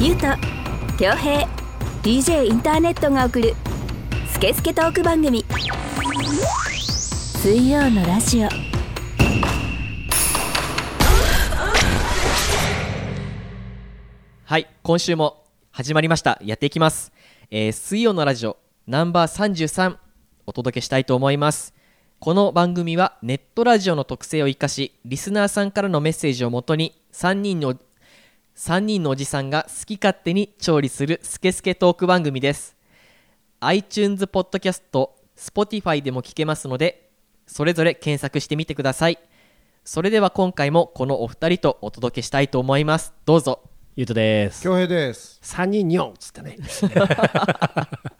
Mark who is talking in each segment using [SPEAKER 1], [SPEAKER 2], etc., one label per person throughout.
[SPEAKER 1] ゆうと恭平 DJ インターネットが送る「スケスケトーク番組」水曜のラジオ
[SPEAKER 2] はい、今週も始まりました。やっていきます。えー水曜のラジオナンバー33お届けしたいと思います。この番組はネットラジオの特性を生かし、リスナーさんからのメッセージをもとに3人の3人のおじさんが好き勝手に調理するスケスケトーク番組です。iTunes ポッドキャスト、Spotify でも聞けますので、それぞれ検索してみてください。それでは今回もこのお二人とお届けしたいと思います。どうぞ。
[SPEAKER 3] ゆうとです。
[SPEAKER 4] 恭平です。
[SPEAKER 3] 三人にょんっつ ったね。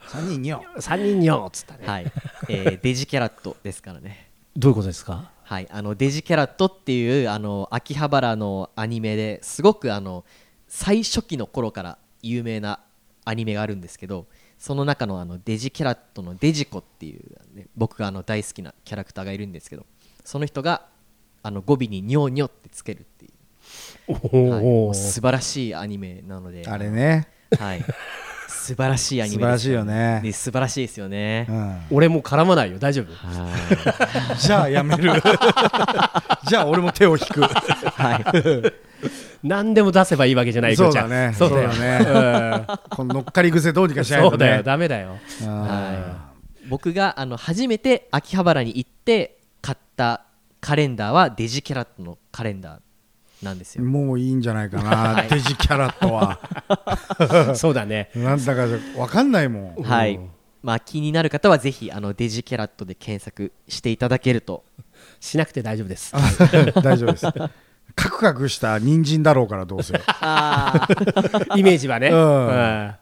[SPEAKER 4] 三人にょ。
[SPEAKER 3] 三人にょんっつったね。
[SPEAKER 2] はい、えーデジキャラットですからね。
[SPEAKER 3] どういうことですか。
[SPEAKER 2] はい、あのデジキャラットっていうあの秋葉原のアニメですごくあの最初期の頃から有名なアニメがあるんですけどその中のあのデジキャラットのデジコっていう、ね、僕があの大好きなキャラクターがいるんですけどその人があの語尾に「にょにょ」ってつけるっていう、
[SPEAKER 3] お
[SPEAKER 2] はい
[SPEAKER 3] お
[SPEAKER 2] 素晴らしいアニメなので
[SPEAKER 4] あれね。
[SPEAKER 2] はい、素晴らしいアニメ
[SPEAKER 4] 素晴らしいよね
[SPEAKER 2] で素晴らしいですよね、
[SPEAKER 4] うん。
[SPEAKER 3] 俺もう絡まないよ。大丈夫。
[SPEAKER 2] はい
[SPEAKER 4] じゃあやめる。じゃあ俺も手を引く。
[SPEAKER 3] 何でも出せばいいわけじゃない。
[SPEAKER 4] そう
[SPEAKER 3] ゆ
[SPEAKER 4] だ
[SPEAKER 3] うちゃ
[SPEAKER 4] ね。
[SPEAKER 3] んそうだよ。
[SPEAKER 4] ね。この乗っかり癖どうにかしない
[SPEAKER 3] そ
[SPEAKER 4] と
[SPEAKER 3] うだよ。
[SPEAKER 4] ね。
[SPEAKER 3] ダメだよ。
[SPEAKER 2] はい、僕があの初めて秋葉原に行って買ったカレンダーはデジキャラットのカレンダーなんです
[SPEAKER 4] うん
[SPEAKER 2] よ。
[SPEAKER 4] もういいんじゃないかな。デジキャラットは。
[SPEAKER 3] そうだね。
[SPEAKER 4] なんだかわかんないもん。
[SPEAKER 2] はいまあ、気になる方はぜひあのデジキャラットで検索していただけると
[SPEAKER 3] しなくて大丈夫です。
[SPEAKER 4] 大丈夫です。カクカクした人参だろうからどうせ。
[SPEAKER 2] あー
[SPEAKER 3] イメージはね。
[SPEAKER 4] うん
[SPEAKER 3] うん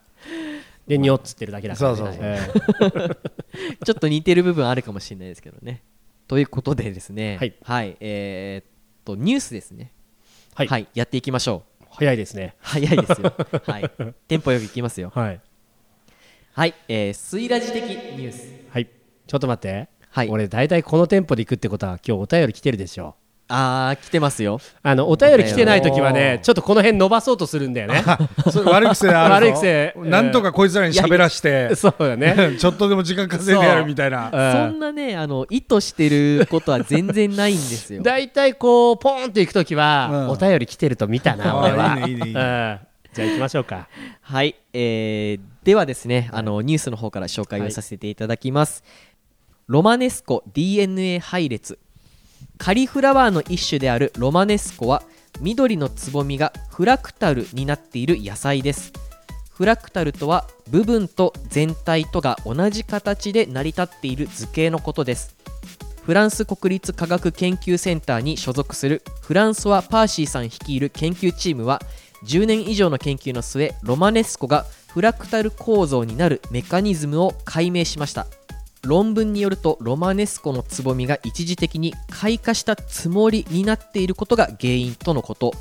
[SPEAKER 3] で、にょっつってるだけだからね。
[SPEAKER 4] そうそうそうん
[SPEAKER 2] ちょっと似てる部分あるかもしれないですけどね。ということでですね、
[SPEAKER 3] はい
[SPEAKER 2] えーっとニュースですね、
[SPEAKER 3] はい
[SPEAKER 2] やっていきましょう。
[SPEAKER 3] 早いですね。
[SPEAKER 2] 早いですよ、はい、テンポよくいきますよ。
[SPEAKER 3] はい。
[SPEAKER 2] はい、えー、スイラジ的ニュース。
[SPEAKER 3] はい。ちょっと待って。
[SPEAKER 2] はい
[SPEAKER 3] 俺大体このテンポで行くってことは今日お便り来てるでしょ
[SPEAKER 2] あー、来てますよ。
[SPEAKER 3] あのお便り来てない時は
[SPEAKER 4] お便
[SPEAKER 3] ね
[SPEAKER 4] り
[SPEAKER 3] ちょっとこの辺伸ばそうとするんだよね
[SPEAKER 4] それ悪い癖あるぞ。
[SPEAKER 3] 悪い癖うん
[SPEAKER 4] なんとかこいつらに喋らして、
[SPEAKER 3] そうだね
[SPEAKER 4] ちょっとでも時間稼いでやるみたいな。
[SPEAKER 3] うん
[SPEAKER 2] そんなねあの意図してることは全然ないんです よ。
[SPEAKER 3] 大体こうポーンっていくときは、
[SPEAKER 4] うん
[SPEAKER 3] お便り来てると見たな
[SPEAKER 4] あ
[SPEAKER 3] 俺は
[SPEAKER 4] ーいいねいいねい
[SPEAKER 3] うん
[SPEAKER 4] いね
[SPEAKER 3] じゃあ行きましょうか
[SPEAKER 2] はい、えーではですねあのニュースの方から紹介をさせていただきます。ロマネスコ DNA 配列カリフラワーの一種であるロマネスコは緑のつぼみがフラクタルになっている野菜ですフラクタルとは部分と全体とが同じ形で成り立っている図形のことですフランス国立科学研究センターに所属するフランソワ・パーシーさん率いる研究チームは10年以上の研究の末ロマネスコがフラクタル構造になるメカニズムを解明しました論文によるとロマネスコのつぼみが一時的に開花したつもりになっていることが原因とのこと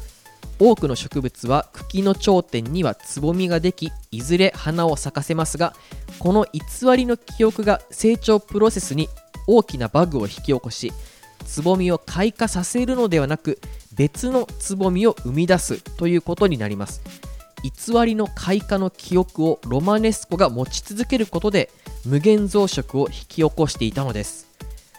[SPEAKER 2] 多くの植物は茎の頂点にはつぼみができいずれ花を咲かせますがこの偽りの記憶が成長プロセスに大きなバグを引き起こしつぼみを開花させるのではなく別のつぼみを生み出すということになります偽りの開花の記憶をロマネスコが持ち続けることで無限増殖を引き起こしていたのです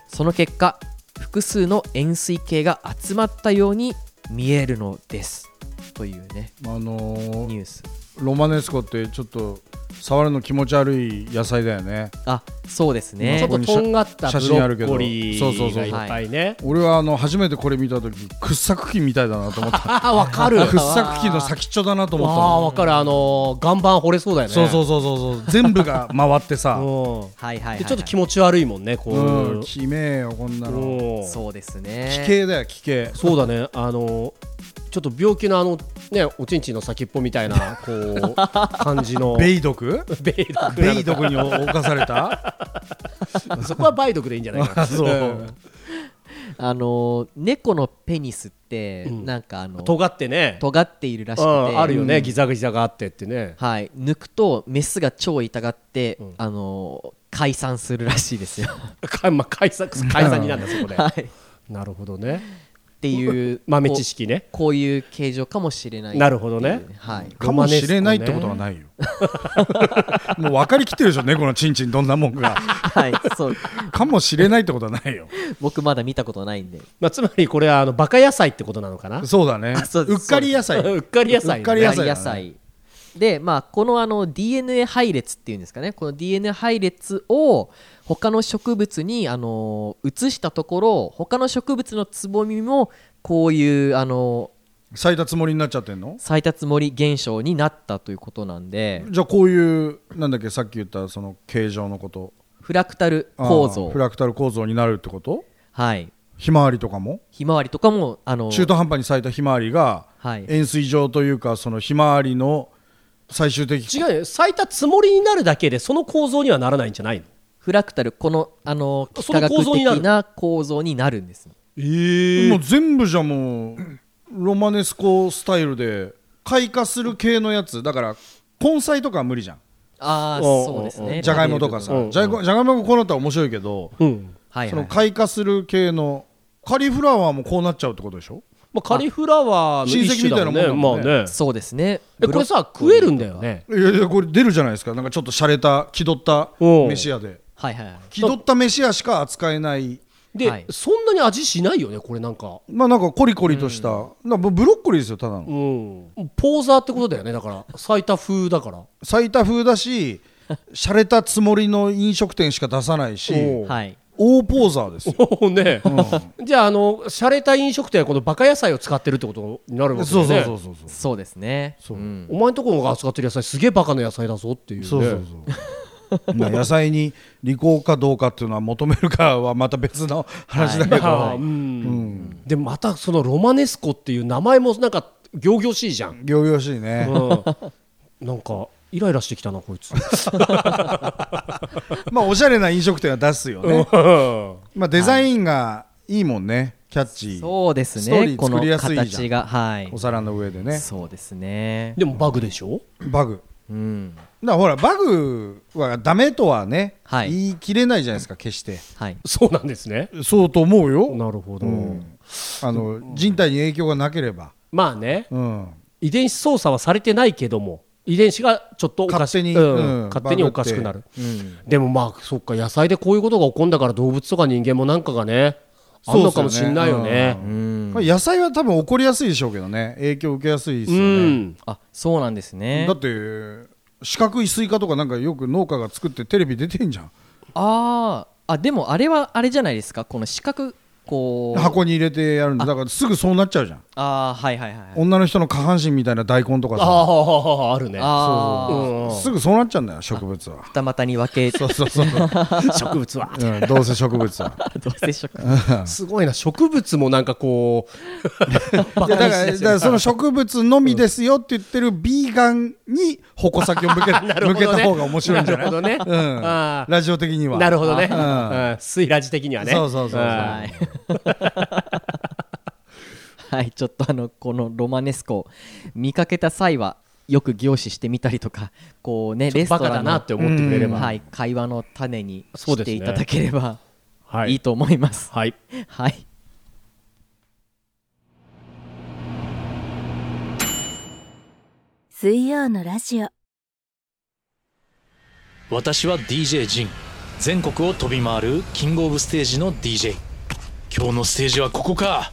[SPEAKER 2] その結果複数の円錐形が集まったように見えるのですというね
[SPEAKER 4] あのー
[SPEAKER 2] ニュース
[SPEAKER 4] ロマネスコってちょっと触るの気持ち悪い野菜だよね
[SPEAKER 2] あそうです
[SPEAKER 3] ちょ
[SPEAKER 2] ね
[SPEAKER 3] っととんがった
[SPEAKER 4] 写
[SPEAKER 3] ブ
[SPEAKER 4] 写
[SPEAKER 3] ロ
[SPEAKER 4] 真あるけ
[SPEAKER 3] ッ
[SPEAKER 4] ど
[SPEAKER 3] コリ
[SPEAKER 4] そうそう
[SPEAKER 3] ー
[SPEAKER 4] そ
[SPEAKER 3] が
[SPEAKER 4] う
[SPEAKER 3] いっ
[SPEAKER 4] そう
[SPEAKER 3] ぱいね
[SPEAKER 4] 俺はあの初めてこれ見た時掘削機みたいだなと思った
[SPEAKER 3] あ わかる
[SPEAKER 4] 掘
[SPEAKER 3] わ
[SPEAKER 4] 削機の先っちょだなと思った
[SPEAKER 3] あわかるあのー岩盤掘れそうだよね
[SPEAKER 4] そうそううそうそうそう全部が回って さ
[SPEAKER 3] そ
[SPEAKER 2] はいはいはい、はい、
[SPEAKER 3] でちょっと気持ち悪いもんねこう
[SPEAKER 4] うんきめえよこんなの
[SPEAKER 3] うん
[SPEAKER 2] そうですね
[SPEAKER 4] 奇形だよ奇形
[SPEAKER 3] そうだねあのーちょっと病気のあのねおちんちんの先っぽみたいなこ う感じの
[SPEAKER 4] ベイ毒
[SPEAKER 3] ベイ毒なの
[SPEAKER 4] ベイ毒に侵された
[SPEAKER 3] そこは梅毒でいいんじゃないかな
[SPEAKER 4] そう
[SPEAKER 2] あのー猫のペニスって、
[SPEAKER 3] うん
[SPEAKER 2] なんかあの
[SPEAKER 3] 尖ってね
[SPEAKER 2] 尖っているらしくて
[SPEAKER 3] うんあるよね、
[SPEAKER 4] うん
[SPEAKER 3] ギザギザがあってってね
[SPEAKER 2] はい抜くとメスが超痛がって、
[SPEAKER 3] うん
[SPEAKER 2] あのー解散するらしいですよ
[SPEAKER 3] かまあ、解散解散になるんだそこ で
[SPEAKER 2] はい
[SPEAKER 3] なるほどね
[SPEAKER 2] っていう
[SPEAKER 3] 豆知識ね
[SPEAKER 2] こうこういう形状かもしれない
[SPEAKER 3] なるほどね
[SPEAKER 2] はい
[SPEAKER 4] かもしれないってことはないよ もう分かりきってるでしょ猫のチンチンどんなもんが
[SPEAKER 2] はい そう
[SPEAKER 4] かもしれないってことはないよ
[SPEAKER 2] 僕まだ見たことないんで
[SPEAKER 3] まあ、つまりこれはあのバカ野菜ってことなのかな
[SPEAKER 4] そうだね
[SPEAKER 2] あそうです
[SPEAKER 4] っかり野菜
[SPEAKER 3] うっかり野菜、
[SPEAKER 4] うっかり
[SPEAKER 2] や
[SPEAKER 4] 野
[SPEAKER 2] り
[SPEAKER 4] 菜だ
[SPEAKER 2] 野
[SPEAKER 4] ね
[SPEAKER 2] 菜でまあこのあの DNA 配列っていうんですかねこの DNA 配列を他の植物にあの移したところ他の植物のつぼみもこういうあの
[SPEAKER 4] 咲いたつもりになっちゃってんの
[SPEAKER 2] 咲いたつもり現象になったということなんで
[SPEAKER 4] じゃあこういうなんだっけさっき言ったその形状のこと
[SPEAKER 2] フラクタル構
[SPEAKER 4] あー
[SPEAKER 2] 造
[SPEAKER 4] フラクタル構造になるってこと
[SPEAKER 2] はい
[SPEAKER 4] ひまわりとかも
[SPEAKER 2] ひまわりとかもあの
[SPEAKER 4] 中途半端に咲いたひまわりが
[SPEAKER 2] はい
[SPEAKER 4] 円錐状というかそのひまわりの最終的
[SPEAKER 3] 違うよ咲いたつもりになるだけでその構造にはならないんじゃないの
[SPEAKER 2] フラクタルこのあの幾
[SPEAKER 3] そ
[SPEAKER 2] 何
[SPEAKER 3] の構
[SPEAKER 2] 学
[SPEAKER 3] 造になる
[SPEAKER 2] 的な構造になるんです
[SPEAKER 4] もう全部じゃもうロマネスコスタイルで開花する系のやつだから根菜とかは無理じゃん
[SPEAKER 2] ああ
[SPEAKER 3] おう
[SPEAKER 2] そうです
[SPEAKER 3] おうお
[SPEAKER 2] ね
[SPEAKER 3] う
[SPEAKER 4] じゃがいもとか
[SPEAKER 2] は
[SPEAKER 3] う
[SPEAKER 4] さ
[SPEAKER 3] ん
[SPEAKER 4] じゃがじゃがいもがこうなったら面白いけど
[SPEAKER 3] うん
[SPEAKER 2] い
[SPEAKER 4] そ
[SPEAKER 2] はい
[SPEAKER 4] の開花する系のカリフラワーもこうなっちゃうってことでしょ
[SPEAKER 3] まあ、カリフラワーの一種だもんね
[SPEAKER 4] 親戚みたいなもんだもんね
[SPEAKER 3] まあね
[SPEAKER 2] そうですね
[SPEAKER 3] えこれさ食えるんだよね
[SPEAKER 4] いやいやこれ出るじゃないですかなんかちょっと洒落た気取った
[SPEAKER 3] うん
[SPEAKER 4] 飯屋で
[SPEAKER 2] はいはいはい
[SPEAKER 4] 気取った飯屋しか扱えない
[SPEAKER 3] で、
[SPEAKER 2] はい
[SPEAKER 3] そんなに味しないよねこれなんか
[SPEAKER 4] まあなんかコリコリとした、なんかブロッコリーですよただの、
[SPEAKER 3] うんポーザーってことだよねだから咲いた風だから
[SPEAKER 4] 咲いた風だ し洒落たつもりの飲食店しか出さないし
[SPEAKER 3] おう
[SPEAKER 2] はい
[SPEAKER 4] 大ポーザーですよ
[SPEAKER 3] おうね、じゃああの洒落た飲食店はこのバカ野菜を使ってるってことになるわけだ
[SPEAKER 4] そう
[SPEAKER 3] よね
[SPEAKER 4] そうそうそうそう
[SPEAKER 2] そうですね
[SPEAKER 4] そう
[SPEAKER 2] うん
[SPEAKER 3] お前んところが扱ってる野菜すげえバカな野菜だぞっていうね
[SPEAKER 4] そうそうそうまあ野菜に利口かどうかっていうのは求めるかはまた別の話だけど、
[SPEAKER 3] まあうんでまたそのロマネスコっていう名前もなんか仰々しいじゃん、
[SPEAKER 4] 仰々しいね、
[SPEAKER 3] うん、なんかイライラしてきたなこい つ、
[SPEAKER 4] まあおしゃれな飲食店は出すよね、まあデザインがいいもんねキャッチー
[SPEAKER 2] そうです
[SPEAKER 4] ストーリ
[SPEAKER 2] ね
[SPEAKER 4] ー
[SPEAKER 2] この
[SPEAKER 4] 作りやすいじゃん
[SPEAKER 2] 形がはい
[SPEAKER 4] お皿の上でね
[SPEAKER 2] そうですね
[SPEAKER 3] でもバグでしょ
[SPEAKER 4] バグ
[SPEAKER 2] うん
[SPEAKER 4] だからほらバグはダメとはね、
[SPEAKER 2] はい
[SPEAKER 4] 言い切れないじゃないですか決して
[SPEAKER 2] はい
[SPEAKER 3] そうなんですね
[SPEAKER 4] そうと思うよ
[SPEAKER 3] なるほど、
[SPEAKER 4] うんあの人体に影響がなければ、
[SPEAKER 3] まあね
[SPEAKER 4] うん、
[SPEAKER 3] 遺伝子操作はされてないけども遺伝子がちょっとおかし
[SPEAKER 4] 勝手に
[SPEAKER 3] うん
[SPEAKER 4] うん
[SPEAKER 3] 勝手におかしくなる
[SPEAKER 2] うん
[SPEAKER 3] でもまあそっか野菜でこういうことが起こんだから動物とか人間もなんかがねあんのかもしんないよね
[SPEAKER 4] そううっすよね
[SPEAKER 2] ん
[SPEAKER 4] まあ野菜は多分起こりやすいでしょうけどね影響受けやすいです
[SPEAKER 3] う
[SPEAKER 4] よね、
[SPEAKER 3] ん
[SPEAKER 2] あそうなんですね
[SPEAKER 4] だって四角いスイカとかなんかよく農家が作ってテレビ出てんじゃん
[SPEAKER 2] あーあでもあれはあれじゃないですかこの四角こう
[SPEAKER 4] 箱に入れてやるんだだからすぐそうなっちゃうじゃん
[SPEAKER 2] ああはいはいはい
[SPEAKER 4] 女の人の下半身みたいな大根とか
[SPEAKER 3] あ
[SPEAKER 4] さ
[SPEAKER 3] ああるね
[SPEAKER 2] あ
[SPEAKER 3] う
[SPEAKER 2] ー
[SPEAKER 3] ん
[SPEAKER 4] すぐそうなっちゃうんだよ植物は
[SPEAKER 2] 二股に 分け
[SPEAKER 4] そうそうそう、
[SPEAKER 3] 植物は
[SPEAKER 4] うん、どうせ植物は
[SPEAKER 2] 同性色
[SPEAKER 3] すごいな植物もなんかこうバ
[SPEAKER 4] い
[SPEAKER 3] カ
[SPEAKER 4] やだ
[SPEAKER 3] に
[SPEAKER 4] か
[SPEAKER 3] し
[SPEAKER 4] らだ
[SPEAKER 3] だし
[SPEAKER 4] からその植物のみですよって言ってるビーガンに矛先を向 け
[SPEAKER 3] なるほ
[SPEAKER 4] 向
[SPEAKER 3] ど
[SPEAKER 4] け
[SPEAKER 3] ね
[SPEAKER 4] た方が面白いんじゃない
[SPEAKER 3] なるほどね
[SPEAKER 4] うん
[SPEAKER 3] あー
[SPEAKER 4] ラジオ的には
[SPEAKER 3] なるほどね
[SPEAKER 4] うん
[SPEAKER 3] うん水ラジ的にはね
[SPEAKER 4] そうそうそうそう
[SPEAKER 3] あー
[SPEAKER 2] はいちょっとあのこのロマネスコ見かけた際はよく凝視してみたりとかこうねレス
[SPEAKER 3] バ
[SPEAKER 2] ト
[SPEAKER 3] カ
[SPEAKER 2] ラ
[SPEAKER 3] だ
[SPEAKER 2] ン
[SPEAKER 3] な
[SPEAKER 2] の
[SPEAKER 3] って思ってくれれば
[SPEAKER 2] はい、会話の種に
[SPEAKER 3] そう
[SPEAKER 2] し
[SPEAKER 3] です
[SPEAKER 2] て
[SPEAKER 3] ね
[SPEAKER 2] いただければ
[SPEAKER 3] はい
[SPEAKER 2] いと思います。
[SPEAKER 3] はい
[SPEAKER 2] はい、
[SPEAKER 1] 水曜のラジオ
[SPEAKER 5] 私は DJ ジン全国を飛び回るキングオブステージの DJ 今日のステージはここか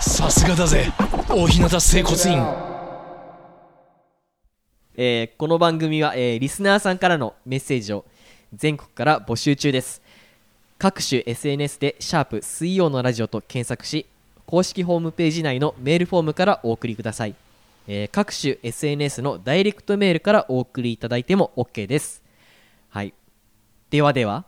[SPEAKER 5] さすがだぜ大日向整骨院
[SPEAKER 2] えーこの番組は、えーリスナーさんからのメッセージを全国から募集中です。各種 SNS で「シャープ水曜のラジオ」と検索し公式ホームページ内のメールフォームからお送りください、えー各種 SNS のダイレクトメールからお送りいただいても OK です、はい、ではでは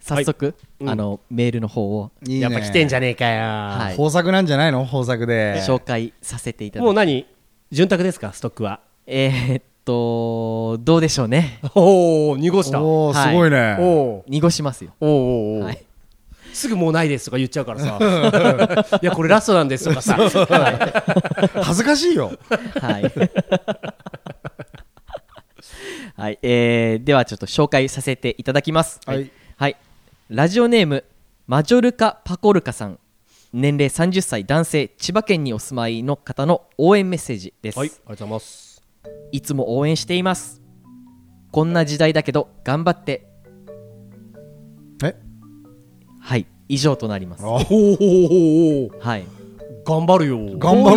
[SPEAKER 2] 早速、
[SPEAKER 3] うん
[SPEAKER 2] あのメールの方を、
[SPEAKER 4] いいね
[SPEAKER 3] やっぱ来てんじゃねえかよ、
[SPEAKER 2] はい
[SPEAKER 4] 豊作なんじゃないの豊作で
[SPEAKER 2] 紹介させていただ
[SPEAKER 3] もう
[SPEAKER 2] き
[SPEAKER 3] 何潤沢ですかストックは
[SPEAKER 2] えーっとどうでしょうね
[SPEAKER 3] おお濁したお
[SPEAKER 4] おおす
[SPEAKER 2] はい
[SPEAKER 4] ごい
[SPEAKER 3] ー
[SPEAKER 4] ね、
[SPEAKER 3] おー
[SPEAKER 2] 濁しますよ、
[SPEAKER 3] おーおーおー
[SPEAKER 2] はい、
[SPEAKER 3] すぐもうないですとか言っちゃうから さいやこれラストなんですとかさ、はい
[SPEAKER 4] 恥ずかし いよ
[SPEAKER 2] はい。はい、えーではちょっと紹介させていただきます。
[SPEAKER 4] はい。
[SPEAKER 2] はい。ラジオネームマジョルカパコルカさん、年齢30歳男性、千葉県にお住まいの方の応援メッセージです。
[SPEAKER 3] はい、ありがとうございます
[SPEAKER 2] いつも応援しています。こんな時代だけど頑張って。
[SPEAKER 4] え
[SPEAKER 2] はい、以上となります。
[SPEAKER 4] あ
[SPEAKER 3] おーおーおーおー
[SPEAKER 2] はい、
[SPEAKER 3] 頑張るよ、
[SPEAKER 4] 頑張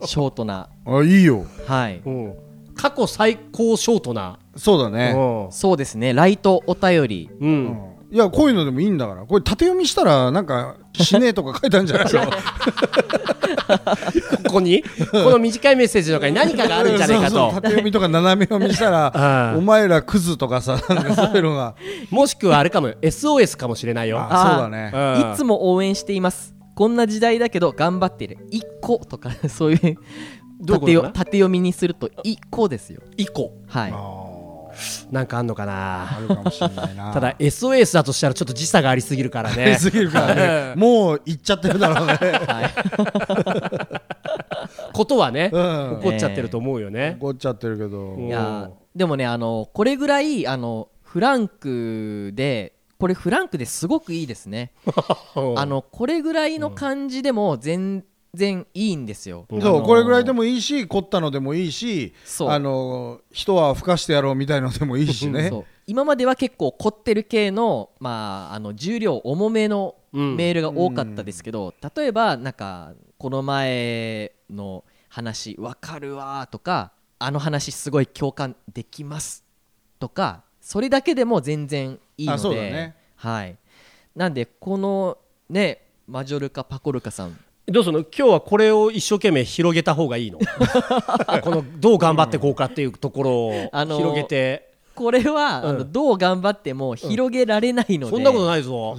[SPEAKER 4] ろ
[SPEAKER 2] ショートな、
[SPEAKER 4] うあいいよ
[SPEAKER 2] はいう
[SPEAKER 3] ん、過去最高ショートな、
[SPEAKER 4] そうだ
[SPEAKER 3] う
[SPEAKER 4] ね
[SPEAKER 2] そうですね、ライトお便り。
[SPEAKER 3] んうん
[SPEAKER 4] いやこういうのでもいいんだからこれ縦読みしたらなんか死ねえとか書いたんじゃ ないの
[SPEAKER 3] ここにこの短いメッセージの中に何かがあるんじゃないか
[SPEAKER 4] そうそう
[SPEAKER 3] と
[SPEAKER 4] 縦読みとか斜め読みしたら
[SPEAKER 3] ああ
[SPEAKER 4] お前らクズとか さなんかそういうのが
[SPEAKER 3] もしくはあれかも SOS かもしれないよ
[SPEAKER 4] あそうだね
[SPEAKER 2] いつ
[SPEAKER 3] も
[SPEAKER 2] も応援しています。こんな時代だけど頑張ってる。一個とか そういう
[SPEAKER 3] どういうこと
[SPEAKER 2] 縦よ
[SPEAKER 3] かな
[SPEAKER 2] 縦読みにすると一個ですよ。
[SPEAKER 3] 以降
[SPEAKER 2] はい。
[SPEAKER 3] なんかあんのかな
[SPEAKER 4] あるかもしれないな
[SPEAKER 3] ただ SOS だとしたらちょっと時差がありすぎるから ね
[SPEAKER 4] すぎるからねもう行っちゃってるだろうね
[SPEAKER 3] ことはね
[SPEAKER 4] うん
[SPEAKER 3] 怒っちゃってると思うよね
[SPEAKER 4] 怒っちゃってるけど
[SPEAKER 3] ん
[SPEAKER 2] いやーでもねあのこれぐらいあのフランクでこれフランクですごくいいですね。あ
[SPEAKER 3] あ
[SPEAKER 2] のこれぐらいの感じでも全然いいんですよ。
[SPEAKER 3] ん
[SPEAKER 4] そうこれぐらいで
[SPEAKER 2] も
[SPEAKER 4] もいいし凝ったのでもいいし
[SPEAKER 2] そう
[SPEAKER 4] あの人は吹かしてやろうみたいのでもいいしね
[SPEAKER 2] そう今までは結構凝ってる系の,、まあ、あの重量重めの
[SPEAKER 3] うん
[SPEAKER 2] メールが多かったですけど、例えばなんかこの前の話「わかるわ」とか「あの話すごい共感できます」とかそれだけでも全然いいの
[SPEAKER 4] あ
[SPEAKER 2] で
[SPEAKER 4] そうだね
[SPEAKER 2] はい、なんでこのねマジョルカ・パコルカさん
[SPEAKER 3] どうするの今日はこれを一生懸命広げた方がいい のこのどう頑張ってこうかっていうところを
[SPEAKER 2] あのー
[SPEAKER 3] 広げて
[SPEAKER 2] これは、
[SPEAKER 3] うん
[SPEAKER 2] あのどう頑張っても広げられないので、
[SPEAKER 3] そんなことないぞ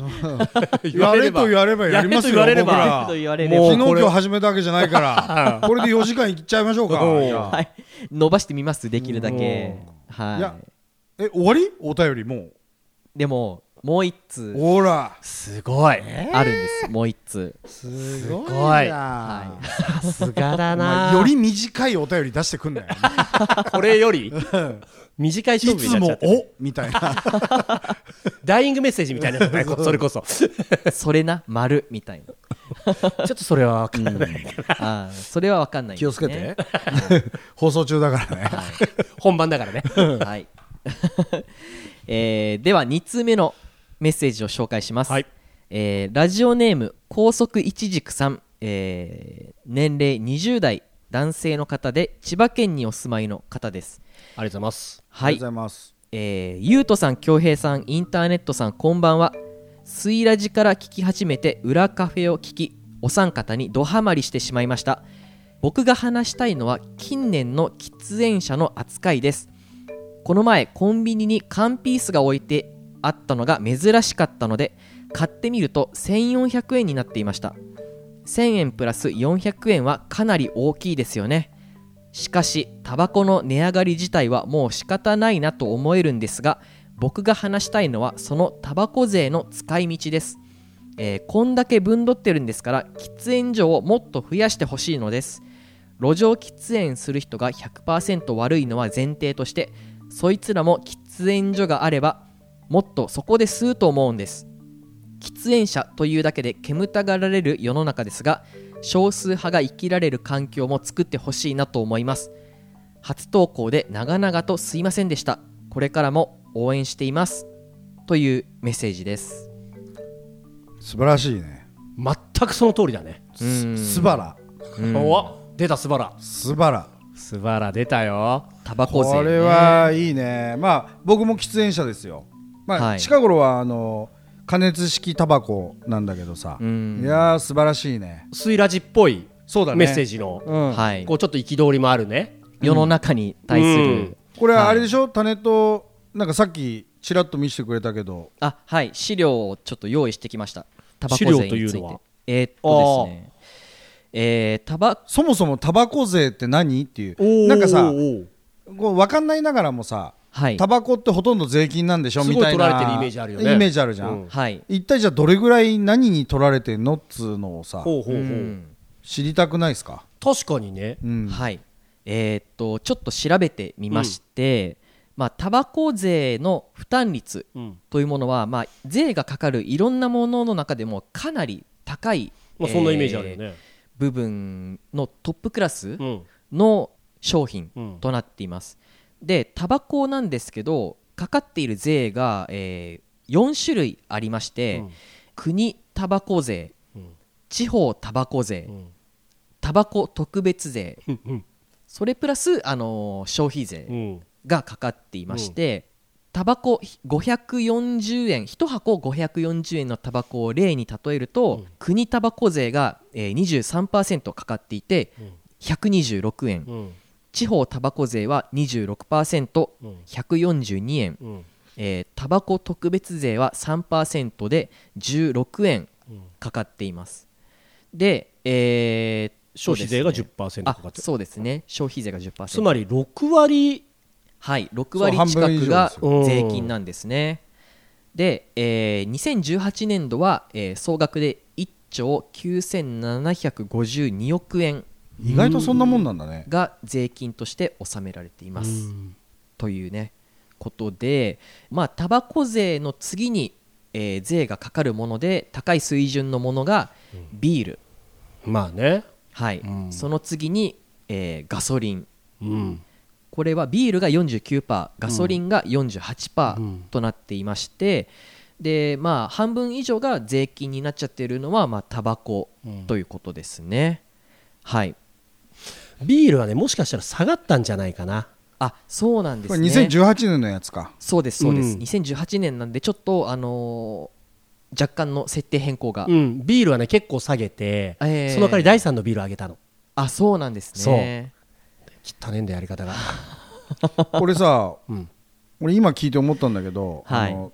[SPEAKER 4] やれと言わればやりますよ
[SPEAKER 3] やれと言われれば
[SPEAKER 4] 僕ら
[SPEAKER 2] や れと言われれば
[SPEAKER 4] もう昨
[SPEAKER 3] もうこ
[SPEAKER 4] 日
[SPEAKER 3] れ
[SPEAKER 4] 今日始めたわけじゃないからこれで4時間いっちゃいましょうか
[SPEAKER 3] おう
[SPEAKER 4] いや
[SPEAKER 2] はい、伸ばしてみますできるだけ、はい
[SPEAKER 4] いやえ終わりお便りも
[SPEAKER 2] でももう一
[SPEAKER 4] う
[SPEAKER 2] 通
[SPEAKER 4] ほら
[SPEAKER 3] すごい
[SPEAKER 2] あるんです、もう一通
[SPEAKER 4] すご
[SPEAKER 3] すごい
[SPEAKER 4] な
[SPEAKER 3] さすがだ
[SPEAKER 4] お前より短いお便り出してくんなよ
[SPEAKER 3] これより短い
[SPEAKER 4] い
[SPEAKER 3] 勝負に
[SPEAKER 4] つ
[SPEAKER 3] なっちゃ
[SPEAKER 4] も
[SPEAKER 3] ってる
[SPEAKER 4] おみたいな
[SPEAKER 3] ダイイングメッセージみたいなやつねこそれこそち
[SPEAKER 2] それな丸み たいな
[SPEAKER 3] ょっとそれは分からない
[SPEAKER 2] あーそれは分かんないんですね、
[SPEAKER 4] 気をつけて放送中だから ね
[SPEAKER 3] 本番だからね
[SPEAKER 2] はい えーでは2通目のメッセージを紹介します、
[SPEAKER 3] はい
[SPEAKER 2] えーラジオネーム高速いちじくさん、えー年齢20代男性の方で千葉県にお住まいの方です
[SPEAKER 3] ありがとうございます
[SPEAKER 4] あ
[SPEAKER 2] は
[SPEAKER 4] り
[SPEAKER 2] い
[SPEAKER 4] がとうございます
[SPEAKER 2] えー、ゆうとさん、きょうへいさん、インターネットさん、こんばんは。スイラジから聞き始めて、裏カフェを聞き、お三方にドハマりしてしまいました。僕が話したいのは、近年の喫煙者の扱いです。この前、コンビニに缶ピースが置いてあったのが珍しかったので、買ってみると1400円になっていました。1000円プラス400円はかなり大きいですよね。しかしタバコの値上がり自体はもう仕方ないなと思えるんですが僕が話したいのはそのタバコ税の使い道です、えーこんだけ分取ってるんですから喫煙所をもっと増やしてほしいのです路上喫煙する人が100%悪いのは前提としてそいつらも喫煙所があればもっとそこで吸うと思うんです喫煙者というだけで煙たがられる世の中ですが少数派が生きられる環境も作ってほしいなと思います初投稿で長々とすいませんでしたこれからも応援していますというメッセージです
[SPEAKER 4] 素晴らしいね
[SPEAKER 3] 全くその通りだね
[SPEAKER 2] うん
[SPEAKER 4] すばら
[SPEAKER 3] お出たスバラ
[SPEAKER 4] すばら
[SPEAKER 3] スバラ出たよ
[SPEAKER 2] タバコ税ね
[SPEAKER 4] これはいいねまあ僕も喫煙者ですよまあ、
[SPEAKER 2] はい
[SPEAKER 4] 近頃はあの加熱式タバコなんだけどさ、
[SPEAKER 2] ん
[SPEAKER 4] いやー素晴らしいね
[SPEAKER 3] スイラジっぽい
[SPEAKER 4] そうだね
[SPEAKER 3] メッセージの
[SPEAKER 4] うん
[SPEAKER 2] はい
[SPEAKER 3] こうちょっと憤りもあるね
[SPEAKER 2] 世の中に対する
[SPEAKER 4] これはあれでしょ、種となんかさっきちらっと見せてくれたけど
[SPEAKER 2] あはい資料をちょっと用意してきましたタバコ
[SPEAKER 3] 資
[SPEAKER 2] 税
[SPEAKER 3] 料
[SPEAKER 2] について
[SPEAKER 3] というのは
[SPEAKER 2] えーっとですねえー、タバ
[SPEAKER 4] そもそもタバコ税って何っていうなんかさこう分かんないながらもさ
[SPEAKER 2] はい
[SPEAKER 4] タバコってほとんど税金なんでしょ
[SPEAKER 3] すごい
[SPEAKER 4] みたいな
[SPEAKER 3] 取られてるイメージあるよね
[SPEAKER 4] イメージあるじゃん、
[SPEAKER 3] うん
[SPEAKER 2] はい
[SPEAKER 4] 一体じゃあどれぐらい何に取られてんのっつうのをさ
[SPEAKER 3] ほうほうほ
[SPEAKER 2] う
[SPEAKER 3] う、
[SPEAKER 2] ん
[SPEAKER 4] 知りたくないですか、
[SPEAKER 3] 確かにね
[SPEAKER 4] うん
[SPEAKER 2] はいえーっとちょっと調べてみまして、まあタバコ税の負担率
[SPEAKER 3] うん
[SPEAKER 2] というものは、まあ、税がかかるいろんなものの中でもかなり高い、
[SPEAKER 3] まあそんなイメージあるよね、
[SPEAKER 2] えー部分のトップクラス
[SPEAKER 3] うん
[SPEAKER 2] の商品
[SPEAKER 3] うん
[SPEAKER 2] となっています、でタバコなんですけどかかっている税が、えー4種類ありまして、
[SPEAKER 3] うん
[SPEAKER 2] 国タバコ税
[SPEAKER 3] うん
[SPEAKER 2] 地方タバコ税、
[SPEAKER 3] うん
[SPEAKER 2] タバコ特別税
[SPEAKER 3] うんうん
[SPEAKER 2] それプラス、あのー消費税
[SPEAKER 3] うん
[SPEAKER 2] がかかっていまして、タバコ540円1箱540円のタバコを例に例えると、
[SPEAKER 3] うん
[SPEAKER 2] 国タバコ税が、えー、23%かかっていて
[SPEAKER 3] うん
[SPEAKER 2] 126円、
[SPEAKER 3] うん
[SPEAKER 2] 地方タバコ税は 26%142
[SPEAKER 3] うん
[SPEAKER 2] 円、
[SPEAKER 3] うん
[SPEAKER 2] えータバコ特別税は3%で16円
[SPEAKER 3] うん
[SPEAKER 2] かかっていますで、えー
[SPEAKER 3] 消費税が
[SPEAKER 2] そうですね
[SPEAKER 3] 10%か
[SPEAKER 2] あ
[SPEAKER 3] かってる
[SPEAKER 2] そうですね消費税が10%
[SPEAKER 3] つまり6割
[SPEAKER 2] はい、6
[SPEAKER 4] そう半
[SPEAKER 2] 割
[SPEAKER 4] 分以上
[SPEAKER 2] 近くが
[SPEAKER 4] です
[SPEAKER 3] よ
[SPEAKER 2] 税金なんですね。で、えー2018年度は、えー総額で1兆9752億円
[SPEAKER 4] 意外とそんなもんなんだね
[SPEAKER 2] が税金として納められています。
[SPEAKER 3] うん
[SPEAKER 2] というねことで、まあ、タバコ税の次に、えー税がかかるもので高い水準のものがビール、
[SPEAKER 3] まあね
[SPEAKER 2] はい
[SPEAKER 3] うん
[SPEAKER 2] その次に、えーガソリン
[SPEAKER 3] うん
[SPEAKER 2] これはビールが49%ガソリンが
[SPEAKER 3] うん
[SPEAKER 2] 48%となっていまして、でまあ半分以上が税金になっちゃってるのはまあタバコということですね、はい
[SPEAKER 3] ビールはねもしかしたら下がったんじゃないかな
[SPEAKER 2] あそうなんで
[SPEAKER 4] こ
[SPEAKER 2] す
[SPEAKER 4] れ
[SPEAKER 2] ね
[SPEAKER 4] 2018年のや つか
[SPEAKER 2] そうですそうです、
[SPEAKER 3] うん
[SPEAKER 2] 2018年なんでちょっとあのー若干の設定変更が、
[SPEAKER 3] うんビールはね結構下げて
[SPEAKER 2] えー
[SPEAKER 3] その代わり第3のビール上げたの
[SPEAKER 2] あそうなんですね
[SPEAKER 3] 汚ねえんだよやり方が
[SPEAKER 4] これさ、
[SPEAKER 3] ん
[SPEAKER 4] 俺今聞いて思ったんだけど、
[SPEAKER 2] はい
[SPEAKER 4] あの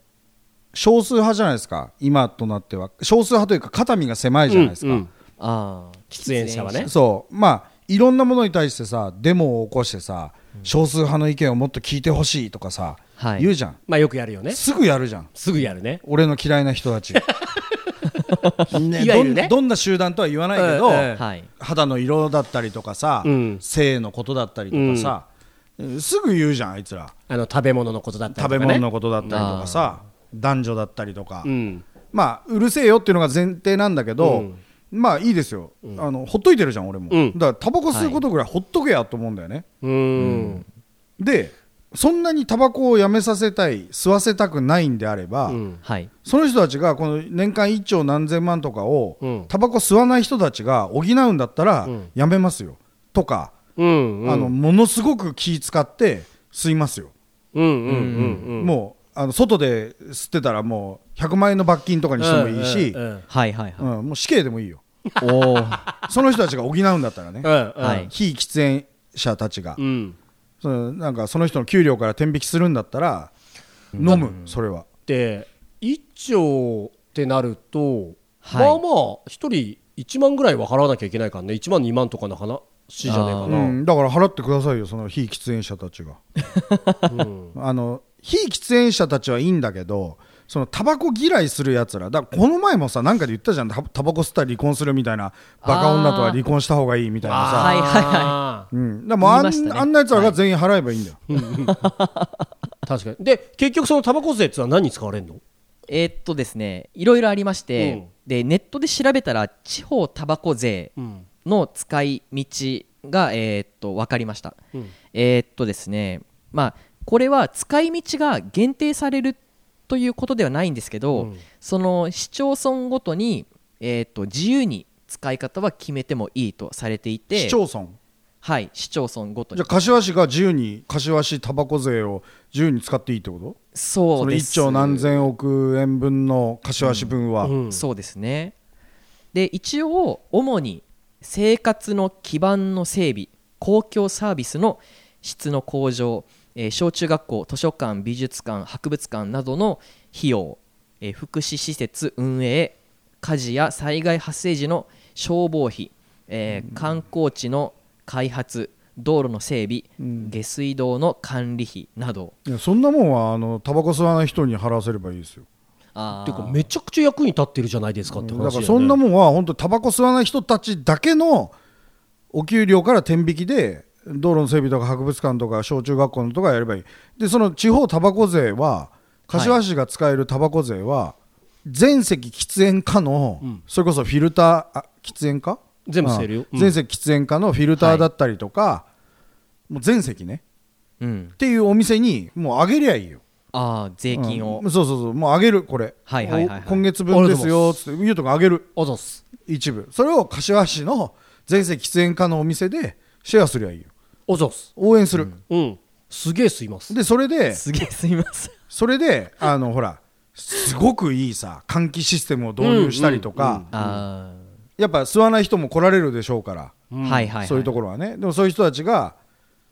[SPEAKER 4] 少数派じゃないですか今となっては少数派というか肩身が狭いじゃないですか、
[SPEAKER 3] うんうん
[SPEAKER 2] あー
[SPEAKER 3] 喫煙者はね
[SPEAKER 4] そうまあいろんなものに対してさデモを起こしてさ、少数派の意見をもっと聞いてほしいとかさ、
[SPEAKER 2] はい
[SPEAKER 4] 言うじゃん
[SPEAKER 3] まあよくやるよね
[SPEAKER 4] すぐやるじゃん
[SPEAKER 3] すぐやるね
[SPEAKER 4] 俺の嫌いな人 たちね
[SPEAKER 3] いわゆ
[SPEAKER 4] ど
[SPEAKER 3] る
[SPEAKER 4] ん
[SPEAKER 3] ね
[SPEAKER 4] どんな集団とは言わないけど、
[SPEAKER 3] うんうん
[SPEAKER 2] はい
[SPEAKER 4] 肌の色だったりとかさ、
[SPEAKER 3] うん
[SPEAKER 4] 性のことだったりとかさ、すぐ言うじゃんあいつら
[SPEAKER 3] あの食べ物のことだったりとか、
[SPEAKER 4] 食べ
[SPEAKER 3] ね、
[SPEAKER 4] 物のことだったりとかさ、男女だったりとか、
[SPEAKER 3] うん
[SPEAKER 4] まあうるせえよっていうのが前提なんだけど、
[SPEAKER 3] うん
[SPEAKER 4] まあいいですよ、あのほっといてるじゃん俺も、
[SPEAKER 3] うん
[SPEAKER 4] だからタバコ吸うことぐらいほっとけやと思うんだよね、
[SPEAKER 3] うーん
[SPEAKER 4] でそんなにタバコをやめさせたい吸わせたくないんであれば、
[SPEAKER 3] うん
[SPEAKER 2] はい
[SPEAKER 4] その人たちがこの年間1兆何千万とかを、
[SPEAKER 3] うん
[SPEAKER 4] タバコ吸わない人たちが補うんだったら、
[SPEAKER 3] うん
[SPEAKER 4] やめますよとか、
[SPEAKER 3] うんうん
[SPEAKER 4] あのものすごく気使って吸いますよ、
[SPEAKER 3] うんうんうんうん
[SPEAKER 4] もうあの外で吸ってたらもう100万円の罰金とかにしてもいいし、
[SPEAKER 3] うんうん
[SPEAKER 2] はいはい
[SPEAKER 4] うん
[SPEAKER 2] は
[SPEAKER 4] もう死刑でもいいよ
[SPEAKER 2] い、おおー
[SPEAKER 4] その人たちが補うんだったらね
[SPEAKER 3] う、ん
[SPEAKER 2] はいう
[SPEAKER 4] 非喫煙者たちが、
[SPEAKER 3] うん
[SPEAKER 4] そのなんかその人の給料から天引きするんだったら飲む、それは
[SPEAKER 3] で1兆ってなると、
[SPEAKER 2] はい
[SPEAKER 3] まあまあ一人1万ぐらいは払わなきゃいけないからね1万2万とかの話じゃねえか
[SPEAKER 2] あ
[SPEAKER 4] う
[SPEAKER 3] な、
[SPEAKER 4] ん、だから払ってくださいよその非喫煙者たちが
[SPEAKER 3] うん
[SPEAKER 4] あの非喫煙者たちはいいんだけどそのタバコ嫌いするやつらだからこの前もさなんかで言ったじゃんタタバコ吸ったら離婚するみたいなバカ女とは離婚した方がいいみたいなさ
[SPEAKER 2] はいはい
[SPEAKER 3] は
[SPEAKER 4] うん、でもあ
[SPEAKER 2] 言いま
[SPEAKER 4] ん,、
[SPEAKER 2] したね
[SPEAKER 4] あんなやつらが全員払えばいいんだよ、
[SPEAKER 3] い確かにで結局そのタバコ税ってのは何に使われるの
[SPEAKER 2] えーっとですねいろいろありまして、
[SPEAKER 3] うん
[SPEAKER 2] でネットで調べたら地方タバコ税
[SPEAKER 3] うん
[SPEAKER 2] の使い道が、えーっと分かりました、
[SPEAKER 3] うん
[SPEAKER 2] えーっとですねまあこれは使い道が限定されるということではないんですけど、
[SPEAKER 3] うん
[SPEAKER 2] その市町村ごとに、えーっと自由に使い方は決めてもいいとされていて
[SPEAKER 4] 市町村
[SPEAKER 2] はい市町村ごと
[SPEAKER 4] じ
[SPEAKER 2] に
[SPEAKER 4] ゃあ柏市が自由に柏市タバコ税を自由に使っていいってことそ
[SPEAKER 2] そう
[SPEAKER 4] の
[SPEAKER 2] で
[SPEAKER 4] 1
[SPEAKER 2] す
[SPEAKER 4] 兆何千億円分の柏市分は、
[SPEAKER 3] うん
[SPEAKER 2] そうですねで一応主に生活の基盤の整備公共サービスの質の向上えー小中学校図書館美術館博物館などの費用、えー福祉施設運営火事や災害発生時の消防費、えー観光地の開発道路の整備、下水道の管理費など
[SPEAKER 4] いやそんなもんはあのタバコ吸わない人に払わせればいいですよ
[SPEAKER 2] あー
[SPEAKER 3] てかめちゃくちゃ役に立ってるじゃないですかって話
[SPEAKER 4] だからそんな
[SPEAKER 3] も
[SPEAKER 4] もんは本当タバコ吸わない人たちだけのお給料から天引きで道路の整備とか博物館とか小中学校のとかやればいいでその地方タバコ税は柏市が使えるタバコ税は全席喫煙可の、それこそフィルターあ喫煙か
[SPEAKER 3] 全部吸えるよ
[SPEAKER 4] うん
[SPEAKER 3] うん
[SPEAKER 4] 全席喫煙可のフィルターだったりとか、もう全席ね
[SPEAKER 2] うん
[SPEAKER 4] っ、ていうお店にもうあげりゃいいよ
[SPEAKER 2] あー税金を、
[SPEAKER 4] うんそうそうそうもうあげるこれ、
[SPEAKER 2] はいはいはいはい
[SPEAKER 4] お今月分ですよつってゆうとくんあげる
[SPEAKER 3] あざっす
[SPEAKER 4] 一部それを柏市の全席喫煙家のお店でシェアすりゃいいよ
[SPEAKER 3] あざっす
[SPEAKER 4] 応援する、
[SPEAKER 3] うんすげえ吸います
[SPEAKER 4] でそれです
[SPEAKER 2] げえすみません
[SPEAKER 4] それであのほらすごくいいさ換気システムを導入したりとか、
[SPEAKER 2] あ
[SPEAKER 4] やっぱ吸わない人も来られるでしょうから、
[SPEAKER 2] ー、はいはい、はい、
[SPEAKER 4] そういうところはねでもそういう人たちが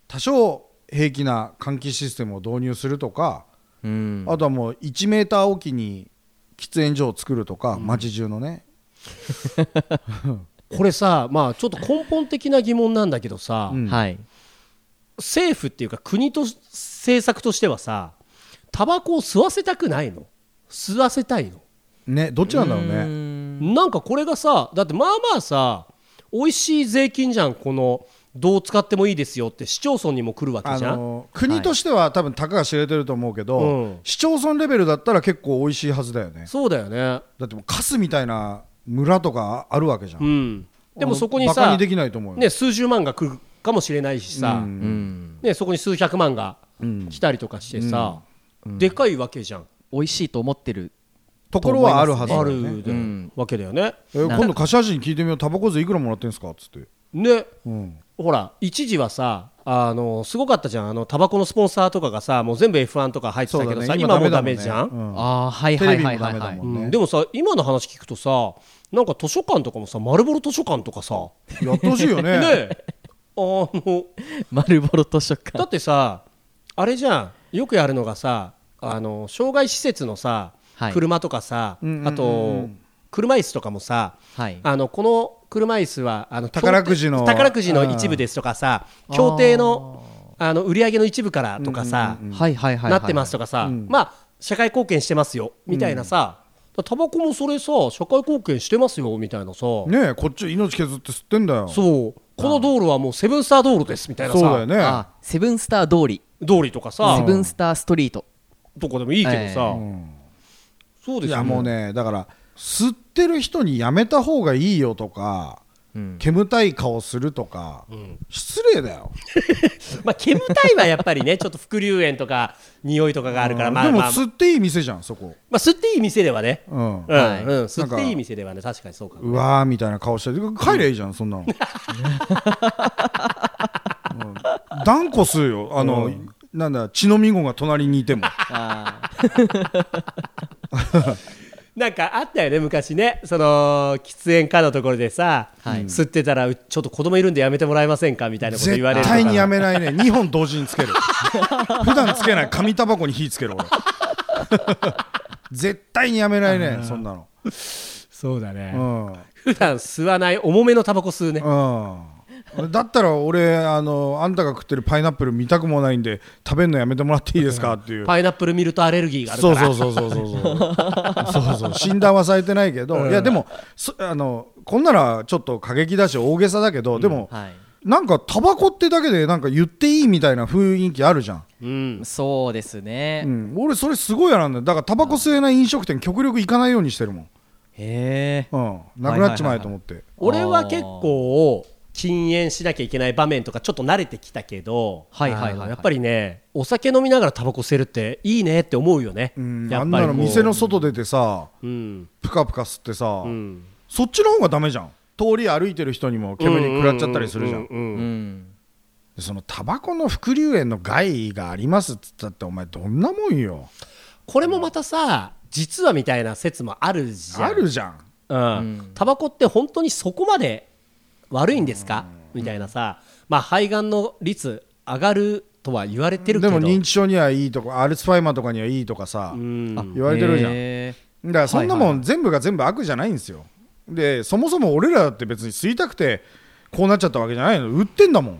[SPEAKER 4] 多少平気な換気システムを導入するとか、
[SPEAKER 2] うん
[SPEAKER 4] あとはもう1メーターおきに喫煙所を作るとか、街中のね
[SPEAKER 3] これさまあちょっと根本的な疑問なんだけどさ、
[SPEAKER 4] うん
[SPEAKER 2] はい
[SPEAKER 3] 政府っていうか国と政策としてはさタバコを吸わせたくないの吸わせたいの
[SPEAKER 4] ねどっちなんだろうね
[SPEAKER 3] なんかこれがさだってまあまあさ美味しい税金じゃんこのどう使ってもいいですよって市町村にも来るわけ
[SPEAKER 4] あ
[SPEAKER 3] じゃん、
[SPEAKER 4] の国としては多分たかが知れてると思うけど、
[SPEAKER 3] うん
[SPEAKER 4] 市町村レベルだったら結構美味しいはずだよね
[SPEAKER 3] そうだよね
[SPEAKER 4] だってもうカスみたいな村とかあるわけじゃん、
[SPEAKER 3] うんでもそこに
[SPEAKER 4] バカ
[SPEAKER 3] さ
[SPEAKER 4] にできないと思うよ
[SPEAKER 3] ね、数十万が来るかもしれないしさ、
[SPEAKER 4] うん
[SPEAKER 2] うん
[SPEAKER 3] ね、そこに数百万が来たりとかしてさ、でかいわけじゃん、
[SPEAKER 2] 美味しいと思ってる
[SPEAKER 4] ところはあるはずだ
[SPEAKER 3] あ
[SPEAKER 4] よ
[SPEAKER 3] る
[SPEAKER 4] ね
[SPEAKER 3] で
[SPEAKER 2] うん
[SPEAKER 3] わけだよね
[SPEAKER 4] えー今度柏市に聞いてみようタバコ税いくらもらってんすかっつって、
[SPEAKER 3] ね
[SPEAKER 4] うん、
[SPEAKER 3] ほら一時はさあのすごかったじゃんあのタバコのスポンサーとかがさもう全部 F1 とか入ってたけどさ、今もうダメじゃん、
[SPEAKER 4] う
[SPEAKER 2] ああはい
[SPEAKER 4] テ
[SPEAKER 2] は
[SPEAKER 4] レ
[SPEAKER 2] い
[SPEAKER 4] ビ
[SPEAKER 2] は
[SPEAKER 4] も
[SPEAKER 2] い
[SPEAKER 4] ダ
[SPEAKER 2] は
[SPEAKER 4] メ
[SPEAKER 2] い
[SPEAKER 4] だ
[SPEAKER 2] は
[SPEAKER 4] も
[SPEAKER 2] い
[SPEAKER 4] んね
[SPEAKER 3] でもさ今の話聞くとさなんか図書館とかもさ丸ボロ図書館とかさ
[SPEAKER 4] やってほしいよね
[SPEAKER 3] ねえあの
[SPEAKER 2] 丸ボロ図書館
[SPEAKER 3] だってさあれじゃんよくやるのがさあの障害施設のさ、
[SPEAKER 2] はい
[SPEAKER 3] 車とかさ、
[SPEAKER 4] うんうんうん
[SPEAKER 3] あと車椅子とかもさ
[SPEAKER 2] はい
[SPEAKER 3] あのこの車椅子はあの
[SPEAKER 4] 宝くじの
[SPEAKER 3] 協定宝くじの一部ですとかさ
[SPEAKER 2] ん
[SPEAKER 3] 協定のあの売り上げの一部からとかさ、
[SPEAKER 2] はいはいはい
[SPEAKER 3] なってますとかさ、まあ社会貢献してますよみたいなさ、タバコもそれさ社会貢献してますよみたいなさ、
[SPEAKER 4] ねえこっち命削って吸ってんだよそう
[SPEAKER 3] そうこの道路はもうセブンスター道路ですみたいなさ
[SPEAKER 4] だよね
[SPEAKER 2] あセブンスター通り
[SPEAKER 3] 道理とかさ
[SPEAKER 2] セブンスターストリート
[SPEAKER 3] どこでもいいけどさ、そうで
[SPEAKER 4] い
[SPEAKER 3] すよ
[SPEAKER 4] やもうねだから吸ってる人にやめた方がいいよとか、
[SPEAKER 2] うん
[SPEAKER 4] 煙たい顔するとか、失礼だよ
[SPEAKER 3] まあ煙たいはやっぱりねちょっと副流煙とか匂いとかがあるから、まあ
[SPEAKER 4] でも
[SPEAKER 3] まあ、ま
[SPEAKER 4] 吸っていい店じゃんそこ、
[SPEAKER 3] あ、吸っていい店ではね、
[SPEAKER 4] う
[SPEAKER 3] うん
[SPEAKER 4] ん、
[SPEAKER 3] うん
[SPEAKER 2] はい
[SPEAKER 3] 吸っていい店ではね確かにそうかも
[SPEAKER 4] うわーみたいな顔して帰りゃいいじゃん、そん なの、うん断固吸うよあの、なんだ血のみ子が隣にいても
[SPEAKER 2] あ
[SPEAKER 3] なんかあったよね昔ねその喫煙家のところでさ、
[SPEAKER 2] はい
[SPEAKER 3] 吸ってたらうちょっと子供いるんでやめてもらえませんかみたいなこと
[SPEAKER 4] 絶
[SPEAKER 3] 言われるとか
[SPEAKER 4] 対 にやめないね2本同時につける 普段つけない紙タバコに火つける俺 絶対にやめないねそんなの
[SPEAKER 3] そうだね、
[SPEAKER 4] うん、うん
[SPEAKER 3] 普段吸わない重めのタバコ吸うね、
[SPEAKER 4] だったら俺あのあんたが食ってるパイナップル見たくもないんで食べるのやめてもらっていいですかっていう
[SPEAKER 3] パイナップルミルトアレルギーがあるか
[SPEAKER 4] そ
[SPEAKER 3] ら
[SPEAKER 4] うそうそうそうそうそうそうそう診断はされてないけど、いやでもそあのこんならちょっと過激だし大げさだけど、でも、
[SPEAKER 2] ーは
[SPEAKER 4] なんかタバコってだけでなんか言っていいみたいな雰囲気あるじゃん、
[SPEAKER 3] うん
[SPEAKER 2] いそうです
[SPEAKER 4] う
[SPEAKER 2] ね
[SPEAKER 4] ん、俺それすごい嫌なんだよだからタバコ吸えない飲食店極力行かないようにしてるもん、
[SPEAKER 2] へえ
[SPEAKER 4] うん、なくなっちまえと思って、
[SPEAKER 3] 俺は結構禁煙しなきゃいけない場面とかちょっと慣れてきたけど、
[SPEAKER 2] はいはいはいはい
[SPEAKER 3] あのやっぱりねお酒飲みながらタバコ吸えるっていいねって思うよね、
[SPEAKER 4] うん、
[SPEAKER 3] や
[SPEAKER 4] あ
[SPEAKER 3] っ
[SPEAKER 4] ん
[SPEAKER 3] ぱり
[SPEAKER 4] な
[SPEAKER 3] こ
[SPEAKER 4] の
[SPEAKER 3] う
[SPEAKER 4] 店の外出てさ
[SPEAKER 3] うん
[SPEAKER 4] プカプカ吸ってさ、
[SPEAKER 3] うん
[SPEAKER 4] そっちの方がダメじゃん通り歩いてる人にも煙に食らっちゃったりするじゃ
[SPEAKER 3] う
[SPEAKER 4] ん
[SPEAKER 3] うう
[SPEAKER 2] う
[SPEAKER 3] うん
[SPEAKER 2] ん
[SPEAKER 4] でそのタバコの副流煙の害がありますっつったってお前どんなもんよ
[SPEAKER 3] これもまたさ実はみたいな説もあるじゃん
[SPEAKER 4] あるじゃん
[SPEAKER 3] うん
[SPEAKER 2] うん
[SPEAKER 3] タバコって本当にそこまで悪いんですかみたいなさ、まあ、肺がんの率上がるとは言われてるけ
[SPEAKER 4] で
[SPEAKER 3] ど
[SPEAKER 4] も認知症にはいいとかアルツハイマーとかにはいいとかさ、
[SPEAKER 3] うん
[SPEAKER 2] あ
[SPEAKER 4] 言われてるじゃん
[SPEAKER 2] へ
[SPEAKER 4] だからそんな
[SPEAKER 2] はい
[SPEAKER 4] も
[SPEAKER 2] はい
[SPEAKER 4] ん全部が全部悪じゃないんですよでそもそも俺らだって別に吸いたくてこうなっちゃったわけじゃないの売ってんだもん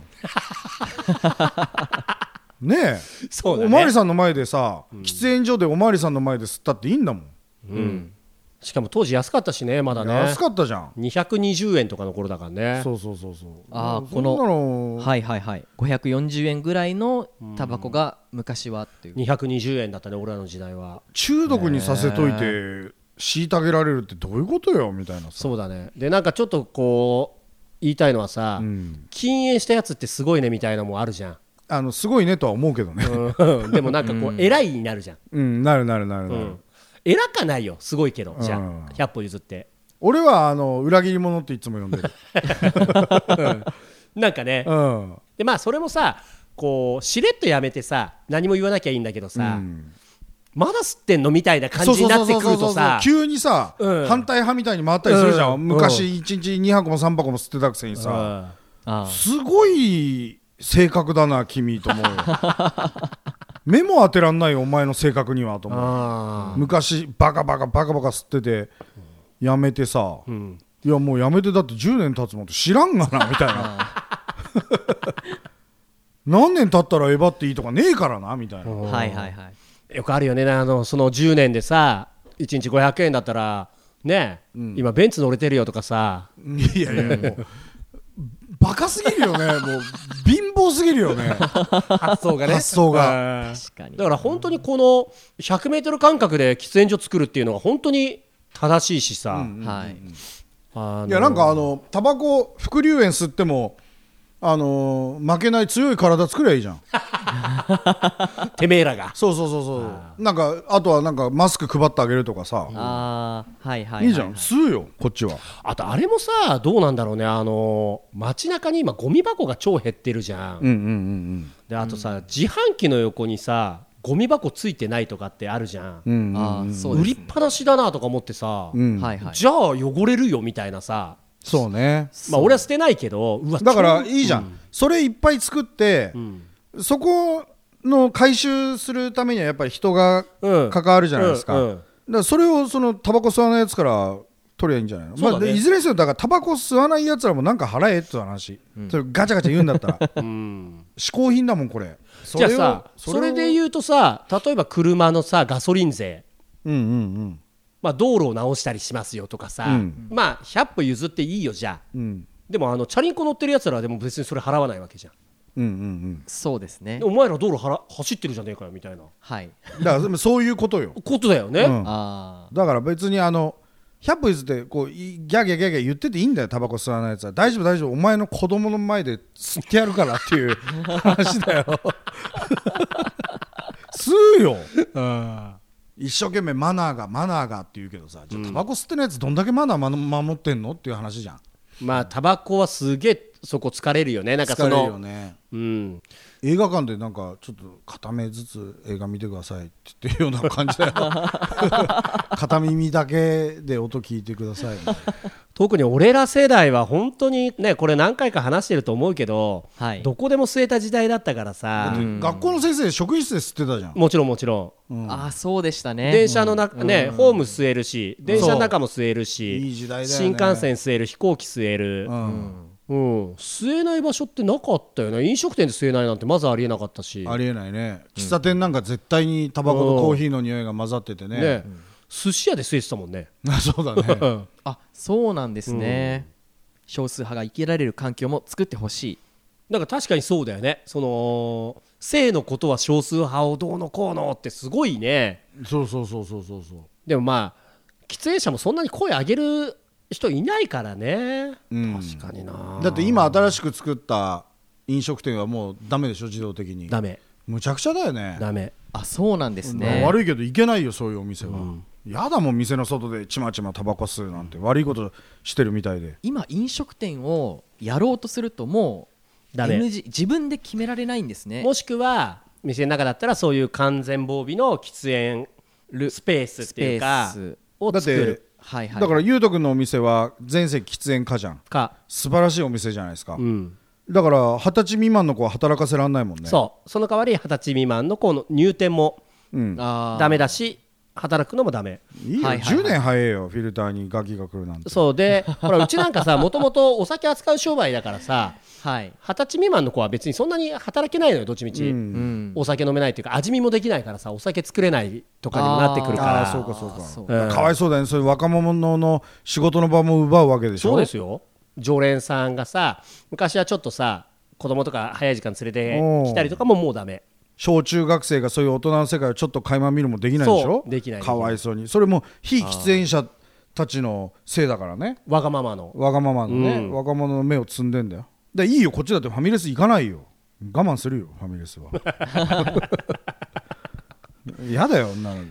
[SPEAKER 4] ねえ
[SPEAKER 3] そうだね
[SPEAKER 4] おまわりさんの前でさ、喫煙所でおまわりさんの前で吸ったっていいんだもん、
[SPEAKER 3] うんしかも当時安かったしねまだね
[SPEAKER 4] 安かったじゃん
[SPEAKER 3] 220円とかの頃だからね
[SPEAKER 4] そうそうそうそう
[SPEAKER 2] あー
[SPEAKER 4] そ
[SPEAKER 2] こ
[SPEAKER 4] んな
[SPEAKER 2] の
[SPEAKER 4] の、
[SPEAKER 2] ーはいはいはい540円ぐらいのタバコが昔はっていう
[SPEAKER 3] 220円だったね俺らの時代は
[SPEAKER 4] 中毒にさせといて虐げられるってどういうことよみたいなさ
[SPEAKER 3] そうだねでなんかちょっとこう言いたいのはさ、
[SPEAKER 4] うん
[SPEAKER 3] 禁煙したやつってすごいねみたいなのもあるじゃん
[SPEAKER 4] あのすごいねとは思うけどね、
[SPEAKER 3] うんでもなんかこう偉いになるじゃん、
[SPEAKER 4] うん、なるなるなるな
[SPEAKER 3] う
[SPEAKER 4] る、
[SPEAKER 3] ん、偉かないよすごいけどじゃあ
[SPEAKER 4] うん
[SPEAKER 3] 100歩譲って
[SPEAKER 4] 俺はあの裏切り者っていつも呼んでる、
[SPEAKER 3] なんかね
[SPEAKER 4] うん
[SPEAKER 3] でまあそれもさこうしれっとやめてさ何も言わなきゃいいんだけどさ、
[SPEAKER 4] うん
[SPEAKER 3] まだ吸ってんのみたいな感じになってくるとさ
[SPEAKER 4] そうそうそうそう急にさ、
[SPEAKER 3] うん
[SPEAKER 4] 反対派みたいに回ったりするじゃん、
[SPEAKER 3] うん
[SPEAKER 4] 昔1日2箱も3箱も吸ってたくせにさ、
[SPEAKER 2] あー
[SPEAKER 4] すごい性格だな君と 思うよ目も当てらんないよお前の性格にはと
[SPEAKER 3] うん
[SPEAKER 4] 思う
[SPEAKER 3] あ
[SPEAKER 4] 昔バカバカバカバカ吸っててやめてさ、
[SPEAKER 3] ーうん
[SPEAKER 4] いやもうやめてだって10年経つもんって知らんがなみたいな 何年経ったらエヴァっていいとかねえからなみたいな、
[SPEAKER 2] はいはいはい
[SPEAKER 3] よくあるよねあのその10年でさ1日500円だったらね、今ベンツ乗れてるよとかさ
[SPEAKER 4] いやいやもうバカすぎるよねもう貧乏すぎるよね
[SPEAKER 3] 発想が
[SPEAKER 4] ね発想が
[SPEAKER 2] 確かに
[SPEAKER 3] だから本当にこの 100m 間隔で喫煙所作るっていうのが本当に正しいしさ、
[SPEAKER 2] はい
[SPEAKER 3] あの
[SPEAKER 4] いやなんかあのタバコ副流煙吸ってもあのー負けない強い体作りゃいいじゃん
[SPEAKER 3] てめえらが
[SPEAKER 4] そうそうそうそうなんかあとはなんかマスク配ってあげるとかさ、
[SPEAKER 2] ああはいはいはい
[SPEAKER 4] いいじゃん、吸うよこっちは
[SPEAKER 3] あとあれもさどうなんだろうねあの街中に今ゴミ箱が超減ってるじゃん、
[SPEAKER 4] うんうんうん
[SPEAKER 3] であとさ、自販機の横にさゴミ箱ついてないとかってあるじゃん、
[SPEAKER 4] うんうん
[SPEAKER 2] あーそうで
[SPEAKER 3] 売り
[SPEAKER 2] す
[SPEAKER 3] っぱなしだなとか思ってさ、
[SPEAKER 4] うん
[SPEAKER 2] はいはい
[SPEAKER 3] じゃあ汚れるよみたいなさ
[SPEAKER 4] そうね
[SPEAKER 3] まあ俺は捨てないけどうわ
[SPEAKER 4] だから
[SPEAKER 3] 超
[SPEAKER 4] いいじゃん、それいっぱい作って、
[SPEAKER 3] ん
[SPEAKER 4] そこの回収するためにはやっぱり人が
[SPEAKER 3] うん
[SPEAKER 4] 関わるじゃないですか,、
[SPEAKER 3] うんうん
[SPEAKER 4] だからそれをそのタバコ吸わないやつから取りゃいいんじゃないの、
[SPEAKER 3] そう
[SPEAKER 4] ま
[SPEAKER 3] だ
[SPEAKER 4] あ、
[SPEAKER 3] ね
[SPEAKER 4] でいずれにせよだからタバコ吸わないやつらもなんか払えって話、それガチャガチャ言うんだった ら
[SPEAKER 3] うん
[SPEAKER 4] 嗜好品だもんこれそ
[SPEAKER 3] じゃ
[SPEAKER 4] れ
[SPEAKER 3] あ
[SPEAKER 4] を
[SPEAKER 3] さそれで
[SPEAKER 4] う
[SPEAKER 3] 言うとさ例えば車のさガソリン税
[SPEAKER 4] うんうん
[SPEAKER 3] まあ、道路を直したりしますよとかさ、
[SPEAKER 4] うん
[SPEAKER 3] まあ100歩譲っていいよじゃあ
[SPEAKER 4] うんうん
[SPEAKER 3] でもあのチャリンコ乗ってるやつらはでも別にそれ払わないわけじゃん
[SPEAKER 4] うんうん
[SPEAKER 2] そうですね
[SPEAKER 3] でお前ら道路はら走ってるじゃねえかよみたいな
[SPEAKER 2] はい
[SPEAKER 4] うんだからでもそういうことよ、
[SPEAKER 3] ことだよね、
[SPEAKER 4] うん
[SPEAKER 2] あ
[SPEAKER 4] だから別にあの100歩譲ってこういギャーギャーギャーギャー言ってていいんだよタバコ吸わないやつは大丈夫大丈夫お前の子供の前で吸ってやるからっていう 話だよ吸うよ一生懸命マナーがマナーがって言うけどさじゃあタバコ吸ってないやつどんだけマナーま守ってんのっていう話じゃん
[SPEAKER 3] まあタバコはすげえそこ疲れるよねなんか
[SPEAKER 4] 疲
[SPEAKER 3] そ
[SPEAKER 4] れる
[SPEAKER 3] の
[SPEAKER 4] よね
[SPEAKER 3] うん、
[SPEAKER 4] 映画館でなんかちょっと片目ずつ映画見てくださいって言ってるような感じだよ 片耳だけで音聞いてくださいみたいな
[SPEAKER 3] 特に俺ら世代は本当にねこれ何回か話してると思うけど、
[SPEAKER 2] はい
[SPEAKER 3] どこでも吸えた時代だったからさ、
[SPEAKER 4] 学校の先生職員室で吸ってたじゃん
[SPEAKER 3] もちろんもちろ
[SPEAKER 2] ー
[SPEAKER 3] ん、
[SPEAKER 2] あーそうでしたね
[SPEAKER 3] 電車の中、ねホーム吸えるし電車の中も吸えるし
[SPEAKER 4] いい時代だよね
[SPEAKER 3] 新幹線吸える飛行機吸える、
[SPEAKER 4] うん
[SPEAKER 3] うん、吸えない場所ってなかったよね飲食店で吸えないなんてまずありえなかったし
[SPEAKER 4] ありえないね喫茶店なんか絶対にタバコとコーヒーの匂いが混ざってて
[SPEAKER 3] ね
[SPEAKER 4] ね
[SPEAKER 3] 寿司屋で吸えてたもんね、
[SPEAKER 4] そう だね
[SPEAKER 3] うん
[SPEAKER 2] あそうなんですね、少数派が生きられる環境も作ってほしい
[SPEAKER 3] なんか確かにそうだよねその性のことは少数派をどうのこうのってすごいね
[SPEAKER 4] そうそうそうそうそうそう
[SPEAKER 3] でもまあ喫煙者もそんなに声上げる人いないからね、
[SPEAKER 4] ん
[SPEAKER 3] 確かにな
[SPEAKER 4] だって今新しく作った飲食店はもうダメでしょ自動的に
[SPEAKER 3] ダメ
[SPEAKER 4] むちゃくちゃだよね
[SPEAKER 3] ダメ
[SPEAKER 2] あそうなんですね、
[SPEAKER 4] 悪いけど行けないよそういうお店は、やだもん店の外でちまちまタバコ吸うなんて悪いことしてるみたいで
[SPEAKER 2] 今飲食店をやろうとするともう
[SPEAKER 3] ダメ
[SPEAKER 2] NG 自分で決められないんですね
[SPEAKER 3] もしくは店の中だったらそういう完全防備の喫煙スペースっていうか
[SPEAKER 2] スペース
[SPEAKER 3] を
[SPEAKER 4] だっ
[SPEAKER 3] 作
[SPEAKER 4] て
[SPEAKER 3] る
[SPEAKER 2] はいはい
[SPEAKER 4] だからゆうとくんのお店は全席喫煙家じゃん
[SPEAKER 3] か、
[SPEAKER 4] 素晴らしいお店じゃないですか、
[SPEAKER 3] うん、
[SPEAKER 4] だから二十歳未満の子は働かせられないもんね
[SPEAKER 3] そうその代わり二十歳未満の子の入店も
[SPEAKER 4] う、ん、
[SPEAKER 2] あー
[SPEAKER 3] ダメだし働くのもダメ
[SPEAKER 4] いいよ、
[SPEAKER 2] はいはいはい
[SPEAKER 4] 10年早えよフィルターにガキが来るなんて
[SPEAKER 3] そうでほらうちなんかさもともとお酒扱う商売だからさ
[SPEAKER 2] はい。
[SPEAKER 3] 二十歳未満の子は別にそんなに働けないのよどっちみち、
[SPEAKER 4] う
[SPEAKER 2] う
[SPEAKER 4] ん
[SPEAKER 2] ん。
[SPEAKER 3] お酒飲めないっていうか味見もできないからさお酒作れないとかにもなってくるから
[SPEAKER 4] あーそうかそうか
[SPEAKER 2] そう
[SPEAKER 3] うん
[SPEAKER 4] かわいそうだよねそういう若者の仕事の場も奪うわけでしょ
[SPEAKER 3] そうですよ常連さんがさ昔はちょっとさ子供とか早い時間連れてきたりとかももうダメ
[SPEAKER 4] 小中学生がそういう大人の世界をちょっと垣間見るもできないでしょ
[SPEAKER 3] そうできない
[SPEAKER 4] かわいそうにそれも非喫煙者たちのせいだからね
[SPEAKER 3] わがままの
[SPEAKER 4] わがままのね、
[SPEAKER 3] うん
[SPEAKER 4] 若者の目を摘んでんだよでいいよこっちだってファミレス行かないよ我慢するよファミ レスはやだよ女の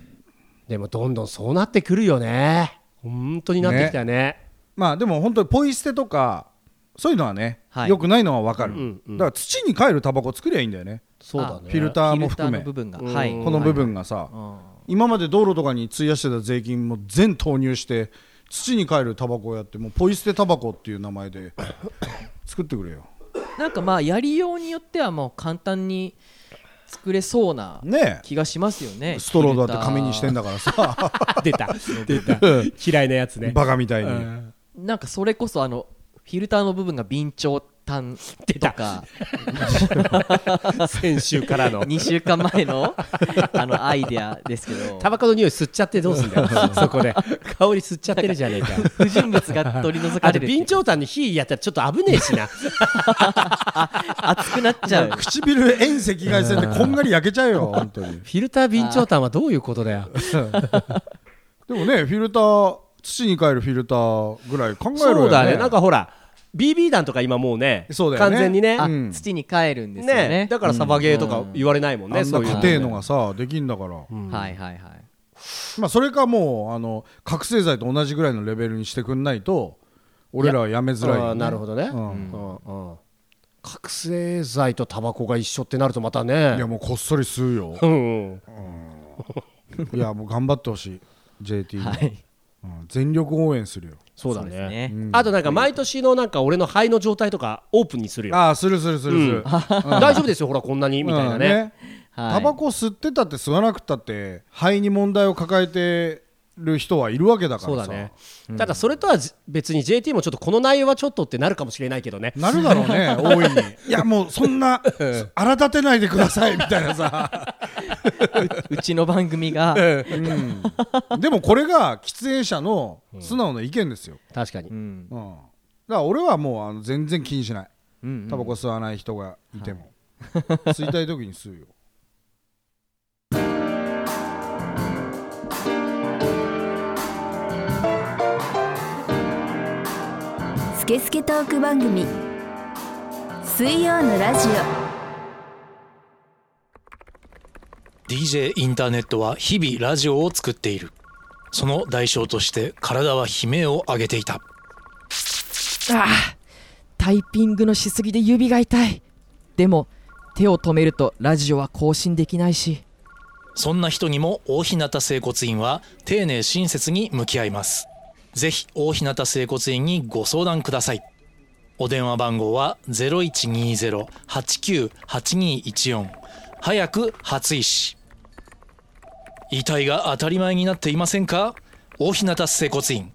[SPEAKER 3] でもどんどんそうなってくるよね本当になってきたよね
[SPEAKER 4] まあでも本当にポイ捨てとかそういうのはね、
[SPEAKER 2] はい
[SPEAKER 4] よくないのはわかる、
[SPEAKER 3] うんうん
[SPEAKER 4] だから土に帰るタバコ作りゃいいんだよね
[SPEAKER 3] そうだね
[SPEAKER 4] フィルターも含め
[SPEAKER 2] フィルターの部分
[SPEAKER 3] うん
[SPEAKER 2] が。はい。
[SPEAKER 4] この部分がさ、
[SPEAKER 2] あ
[SPEAKER 4] 今まで道路とかに費やしてた税金も全投入して土に帰るタバコをやってもうポイ捨てタバコっていう名前で 作ってくれよ
[SPEAKER 2] ー。なんかまあやりようによってはもう簡単に作れそうな
[SPEAKER 4] ね
[SPEAKER 2] 気がしますよね。
[SPEAKER 4] えストローだって紙にしてん
[SPEAKER 2] だ。
[SPEAKER 4] だからさ
[SPEAKER 3] 出た 出た嫌いなやつね
[SPEAKER 4] バカみたいに、
[SPEAKER 3] うん
[SPEAKER 2] なんかそれこそあのフィルターの部分が備長炭とか
[SPEAKER 3] 先週からの
[SPEAKER 2] 2週間前の あのアイデアですけど
[SPEAKER 3] タバコの匂い吸っちゃってどうすんだよ そこで香り吸っちゃってるじゃねえか
[SPEAKER 2] 不純物が取り除か
[SPEAKER 3] あ
[SPEAKER 2] れ
[SPEAKER 3] と
[SPEAKER 2] る
[SPEAKER 3] 備長炭に火やったらちょっと危ねえし な
[SPEAKER 2] 熱くなっちゃう
[SPEAKER 4] 唇遠赤外線でこんがり焼けちゃうよ本当に
[SPEAKER 3] フィルター備長炭はどういうことだよ
[SPEAKER 4] でもねフィルター土に帰るフィルターぐらい考えろよ、ね、
[SPEAKER 3] そうだねなんかほら BB 弾とか今もうね
[SPEAKER 4] そうだよね
[SPEAKER 3] 完全にね
[SPEAKER 2] あ、
[SPEAKER 4] うん
[SPEAKER 2] 土に帰るんですよね
[SPEAKER 3] ねだからサバゲーとか言われないもんね、
[SPEAKER 4] あん
[SPEAKER 3] そ
[SPEAKER 4] な
[SPEAKER 3] ういう
[SPEAKER 4] 家庭のがさできんだから、
[SPEAKER 2] はいはいはい
[SPEAKER 4] まあ、それかもうあの覚醒剤と同じぐらいのレベルにしてくんないと俺らはやめづらいよ、ね
[SPEAKER 3] あーなるほどね、
[SPEAKER 4] うん
[SPEAKER 3] うんうん覚醒剤とタバコが一緒ってなるとまた
[SPEAKER 4] い
[SPEAKER 3] ね
[SPEAKER 4] やもうこっそり吸 うよ
[SPEAKER 3] うんうん
[SPEAKER 4] いやもう頑張ってほしい JT に、
[SPEAKER 2] はい
[SPEAKER 4] うん全力応援するよ
[SPEAKER 3] そうだね
[SPEAKER 2] ですね
[SPEAKER 4] ん
[SPEAKER 3] あとなんか毎年のなんか俺の肺の状態とかオープンにするよ
[SPEAKER 4] ああするするするする、
[SPEAKER 3] 大丈夫ですよほらこんなにみたいなね,、
[SPEAKER 4] うん
[SPEAKER 2] はい
[SPEAKER 4] タバコ吸ってたって吸わなくたって肺に問題を抱えてる人はいるわけだからさ
[SPEAKER 3] そうだね、ただそれとはじ別に JT もちょっとこの内容はちょっとってなるかもしれないけどね
[SPEAKER 4] なるだろうね大 いにいやもうそんな荒立てないでくださいみたいなさ、
[SPEAKER 2] うちの番組が
[SPEAKER 4] うん でもこれが喫煙者の素直な意見ですよ、
[SPEAKER 3] 確かに、
[SPEAKER 2] うん
[SPEAKER 4] うんだから俺はもうあの全然気にしない
[SPEAKER 2] うん
[SPEAKER 4] タバコ吸わない人がいても、吸いたい時に吸うよ
[SPEAKER 1] スケスケトーク番組水曜のラジ
[SPEAKER 5] DJ インターネットは日々ラジオを作っているその代償として体は悲鳴を上げていた
[SPEAKER 6] ああタイピングのしすぎで指が痛いでも手を止めるとラジオは更新できないし
[SPEAKER 5] そんな人にも大日向整骨院は丁寧親切に向き合いますぜひ大日向整骨院にご相談くださいお電話番号は0120-898214早く初医師遺体が当たり前になっていませんか大日向整骨院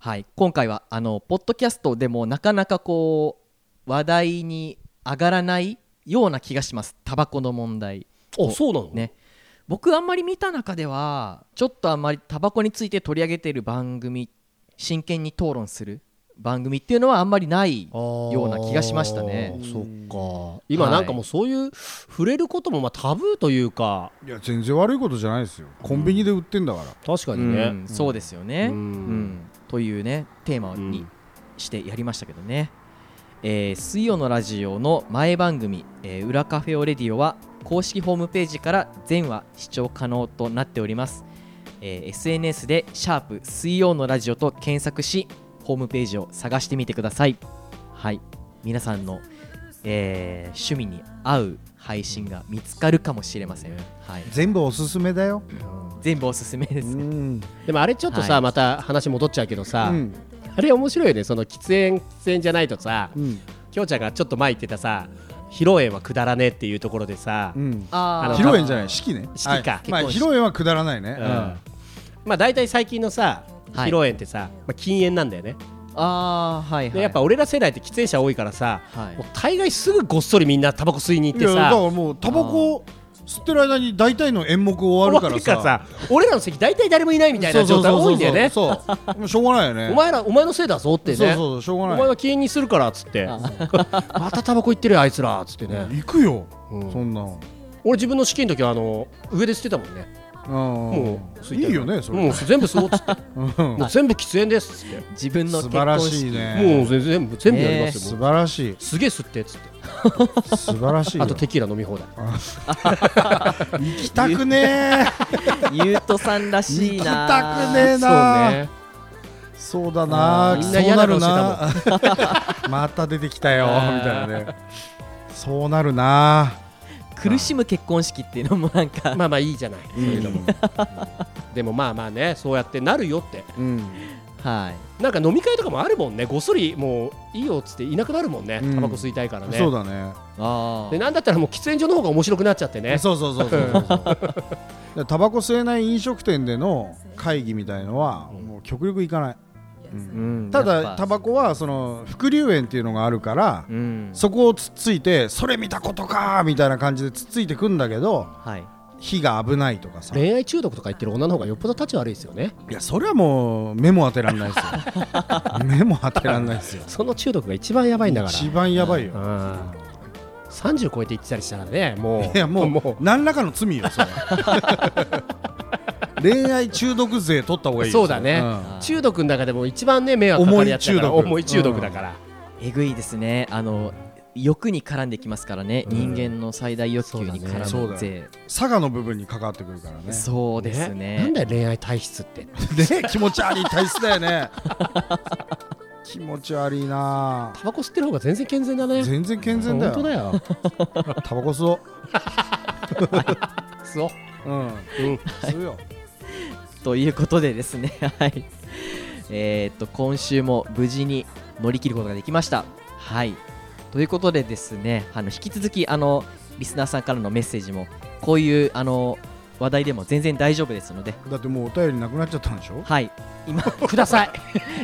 [SPEAKER 2] はい、今回はあのポッドキャストでもなかなかこう話題に上がらないような気がしますタバコの問題
[SPEAKER 3] あそうなの、
[SPEAKER 2] ね僕あんまり見た中ではちょっとあんまりタバコについて取り上げている番組真剣に討論する番組っていうのはあんまりないような気がしましたね
[SPEAKER 3] あーそっか今なんかもうそういう触れることもまあタブーというか
[SPEAKER 4] いや全然悪いことじゃないですよコンビニで売ってんだから、
[SPEAKER 3] 確か
[SPEAKER 2] う
[SPEAKER 3] に
[SPEAKER 2] ん
[SPEAKER 3] ね、
[SPEAKER 2] そうですよね、
[SPEAKER 3] う
[SPEAKER 2] うんんというねテーマ
[SPEAKER 3] う
[SPEAKER 2] に
[SPEAKER 3] ん
[SPEAKER 2] してやりましたけどね、えー水曜のラジオの前番組「えー裏カフェオレディオ」は公式ホームページから全話視聴可能となっております、えー SNS で「シャープ水曜のラジオ」と検索しホームページを探してみてくださいはい皆さんの、えー趣味に合う配信が見つかるかもしれません、はい、
[SPEAKER 4] 全部おすすめだよ
[SPEAKER 2] 全部おすすめです、
[SPEAKER 4] ん、
[SPEAKER 3] でもあれちょっとさ、
[SPEAKER 2] はい
[SPEAKER 3] また話戻っちゃうけどさ、
[SPEAKER 4] うん
[SPEAKER 3] あれ面白いよねその喫煙喫煙じゃないとさ、
[SPEAKER 4] うん
[SPEAKER 3] きょうちゃんがちょっと前言ってたさ披露宴はくだらねえっていうところでさ、
[SPEAKER 4] うん
[SPEAKER 2] あ
[SPEAKER 3] の
[SPEAKER 4] 披露宴じゃない式ね
[SPEAKER 3] 式か
[SPEAKER 4] はい
[SPEAKER 3] 結
[SPEAKER 4] まあ
[SPEAKER 2] 婚
[SPEAKER 4] 披
[SPEAKER 2] 式
[SPEAKER 4] 露宴はくだらないね
[SPEAKER 3] うんまあ大体最近のさ披
[SPEAKER 2] はい
[SPEAKER 3] 露宴ってさ、まあ、禁煙なんだよね
[SPEAKER 2] あーはい
[SPEAKER 3] でやっぱ俺ら世代って喫煙者多いからさ、
[SPEAKER 2] はい
[SPEAKER 3] もう大概すぐごっそりみんなタバコ吸いに行っ
[SPEAKER 4] い
[SPEAKER 3] て
[SPEAKER 4] やだか
[SPEAKER 3] さ
[SPEAKER 4] らもうタバコ吸ってる間に大体の演目終わるから
[SPEAKER 3] 終わ
[SPEAKER 4] さ
[SPEAKER 3] るからさ俺らの席大体誰もいないみたい
[SPEAKER 4] そ
[SPEAKER 3] な
[SPEAKER 4] うそ
[SPEAKER 3] 状
[SPEAKER 4] う
[SPEAKER 3] 態
[SPEAKER 4] そう
[SPEAKER 3] 多いんだよね
[SPEAKER 4] そうもうしょうがないよね
[SPEAKER 3] お前らお前のせいだぞってね
[SPEAKER 4] そうそうしょうが
[SPEAKER 3] お
[SPEAKER 4] な
[SPEAKER 3] 前
[SPEAKER 4] い
[SPEAKER 3] は禁煙にするからっつって またタバコ行ってるよあいつらっつってね
[SPEAKER 4] 行くよ
[SPEAKER 3] うん
[SPEAKER 4] そんなの
[SPEAKER 3] 俺自分の式の時はあの上で吸ってたもんねも
[SPEAKER 4] も
[SPEAKER 3] う吸
[SPEAKER 4] い
[SPEAKER 3] て
[SPEAKER 4] いよねそれ
[SPEAKER 3] もう全部吸おうっつって
[SPEAKER 4] う
[SPEAKER 3] も
[SPEAKER 4] ん
[SPEAKER 3] う全部喫煙ですっつって
[SPEAKER 2] 自分の
[SPEAKER 4] 素
[SPEAKER 2] 結
[SPEAKER 4] 晴ら
[SPEAKER 2] 婚
[SPEAKER 4] し
[SPEAKER 2] 式
[SPEAKER 3] も
[SPEAKER 4] い
[SPEAKER 3] う
[SPEAKER 4] ね
[SPEAKER 3] 全全部全部やりますよ
[SPEAKER 4] 素
[SPEAKER 3] もう
[SPEAKER 4] 晴らしい
[SPEAKER 3] すげえ吸ってっつって
[SPEAKER 4] 素晴らしい よ
[SPEAKER 3] あとテキーラ飲み放題
[SPEAKER 4] 行きたくね
[SPEAKER 2] ゆうとさんらし
[SPEAKER 4] え
[SPEAKER 2] い
[SPEAKER 4] 行き
[SPEAKER 2] な
[SPEAKER 4] たくねえなそうだな
[SPEAKER 3] うんみんな
[SPEAKER 4] そう
[SPEAKER 3] 嫌な
[SPEAKER 4] な
[SPEAKER 3] 顔
[SPEAKER 4] るな また出てきたよみたいなねそうなるな
[SPEAKER 2] 苦しむ結婚式っていうのもなんか、
[SPEAKER 3] まあまあいいじゃないそういうのもでもまあまあねそうやってなるよって
[SPEAKER 4] うん
[SPEAKER 2] はい
[SPEAKER 3] なんか飲み会とかもあるもんねごっそりもういいよっつっていなくなるもんね
[SPEAKER 4] うん
[SPEAKER 3] タバコ吸いたいからね
[SPEAKER 4] そうだね
[SPEAKER 2] あ
[SPEAKER 3] でなんだったらもう喫煙所の方が面白くなっちゃってね
[SPEAKER 4] そうそうそうそうそうそうでタバコ吸えない飲食店での会議みたいのはもう極力行かない、
[SPEAKER 2] うん
[SPEAKER 4] た
[SPEAKER 2] や
[SPEAKER 4] だ
[SPEAKER 2] っ
[SPEAKER 4] タ
[SPEAKER 2] ぱ
[SPEAKER 4] バコはその伏流炎っていうのがあるから、
[SPEAKER 2] うん
[SPEAKER 4] そこをつっついてそれ見たことかーみたいな感じでつっついてくんだけど
[SPEAKER 2] はい
[SPEAKER 4] 火が危ないとかさい
[SPEAKER 3] 恋愛中毒とか言ってる女の方がよっぽど立ち悪いですよね
[SPEAKER 4] やそれはもう目も当てらんないです よ目も当てらんないですよ
[SPEAKER 3] その中毒が一番やばいんだから
[SPEAKER 4] 一番やばいよ、
[SPEAKER 3] うん30超えて行ってたりしたらねもう
[SPEAKER 4] いやもう
[SPEAKER 3] も
[SPEAKER 4] 何らかの 罪よそれは恋愛中毒税取った方がいいよ
[SPEAKER 3] そうだね
[SPEAKER 4] ん
[SPEAKER 3] う中毒の中でも一番ね迷惑かかるやつだから
[SPEAKER 4] 重
[SPEAKER 3] 重
[SPEAKER 4] い
[SPEAKER 3] い
[SPEAKER 4] 中
[SPEAKER 3] 中
[SPEAKER 4] 毒
[SPEAKER 3] 毒だから、
[SPEAKER 2] えぐいですねあの欲に絡んできますからね、
[SPEAKER 3] うん
[SPEAKER 2] 人間の最大欲求に
[SPEAKER 4] そ
[SPEAKER 2] 絡
[SPEAKER 4] うだ
[SPEAKER 2] む
[SPEAKER 4] ね
[SPEAKER 2] 税
[SPEAKER 4] 佐賀の部分に関わってくるからね
[SPEAKER 2] そうです
[SPEAKER 3] な
[SPEAKER 2] ね
[SPEAKER 3] んだよ恋愛体質って
[SPEAKER 4] ね気持ち悪い体質だよね気持ち悪いな
[SPEAKER 3] タバコ吸ってる方が全然健全だね
[SPEAKER 4] 全然健全だよ
[SPEAKER 3] 本当だよ
[SPEAKER 4] タバコ吸おう
[SPEAKER 3] そう
[SPEAKER 4] うん
[SPEAKER 3] うん
[SPEAKER 4] 吸うよ
[SPEAKER 2] ということでですね はいえーっと今週も無事に乗り切ることができましたはいということでですねあの引き続きあのリスナーさんからのメッセージもこういうあの話題でも全然大丈夫ですので
[SPEAKER 4] だってもうお便りなくなっちゃったんでしょ
[SPEAKER 2] はい今
[SPEAKER 3] ください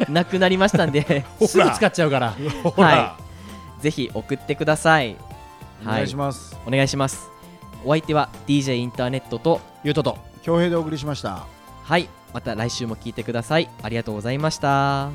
[SPEAKER 2] なくなりましたんで
[SPEAKER 3] すぐ使っちゃうから
[SPEAKER 2] ほらはいぜひ送ってください
[SPEAKER 4] お願いします
[SPEAKER 2] お願いしますお相手は DJ インターネットと
[SPEAKER 3] ゆうとと
[SPEAKER 4] 恭平でお送りしました
[SPEAKER 2] はいまた来週も聞いてくださいありがとうございました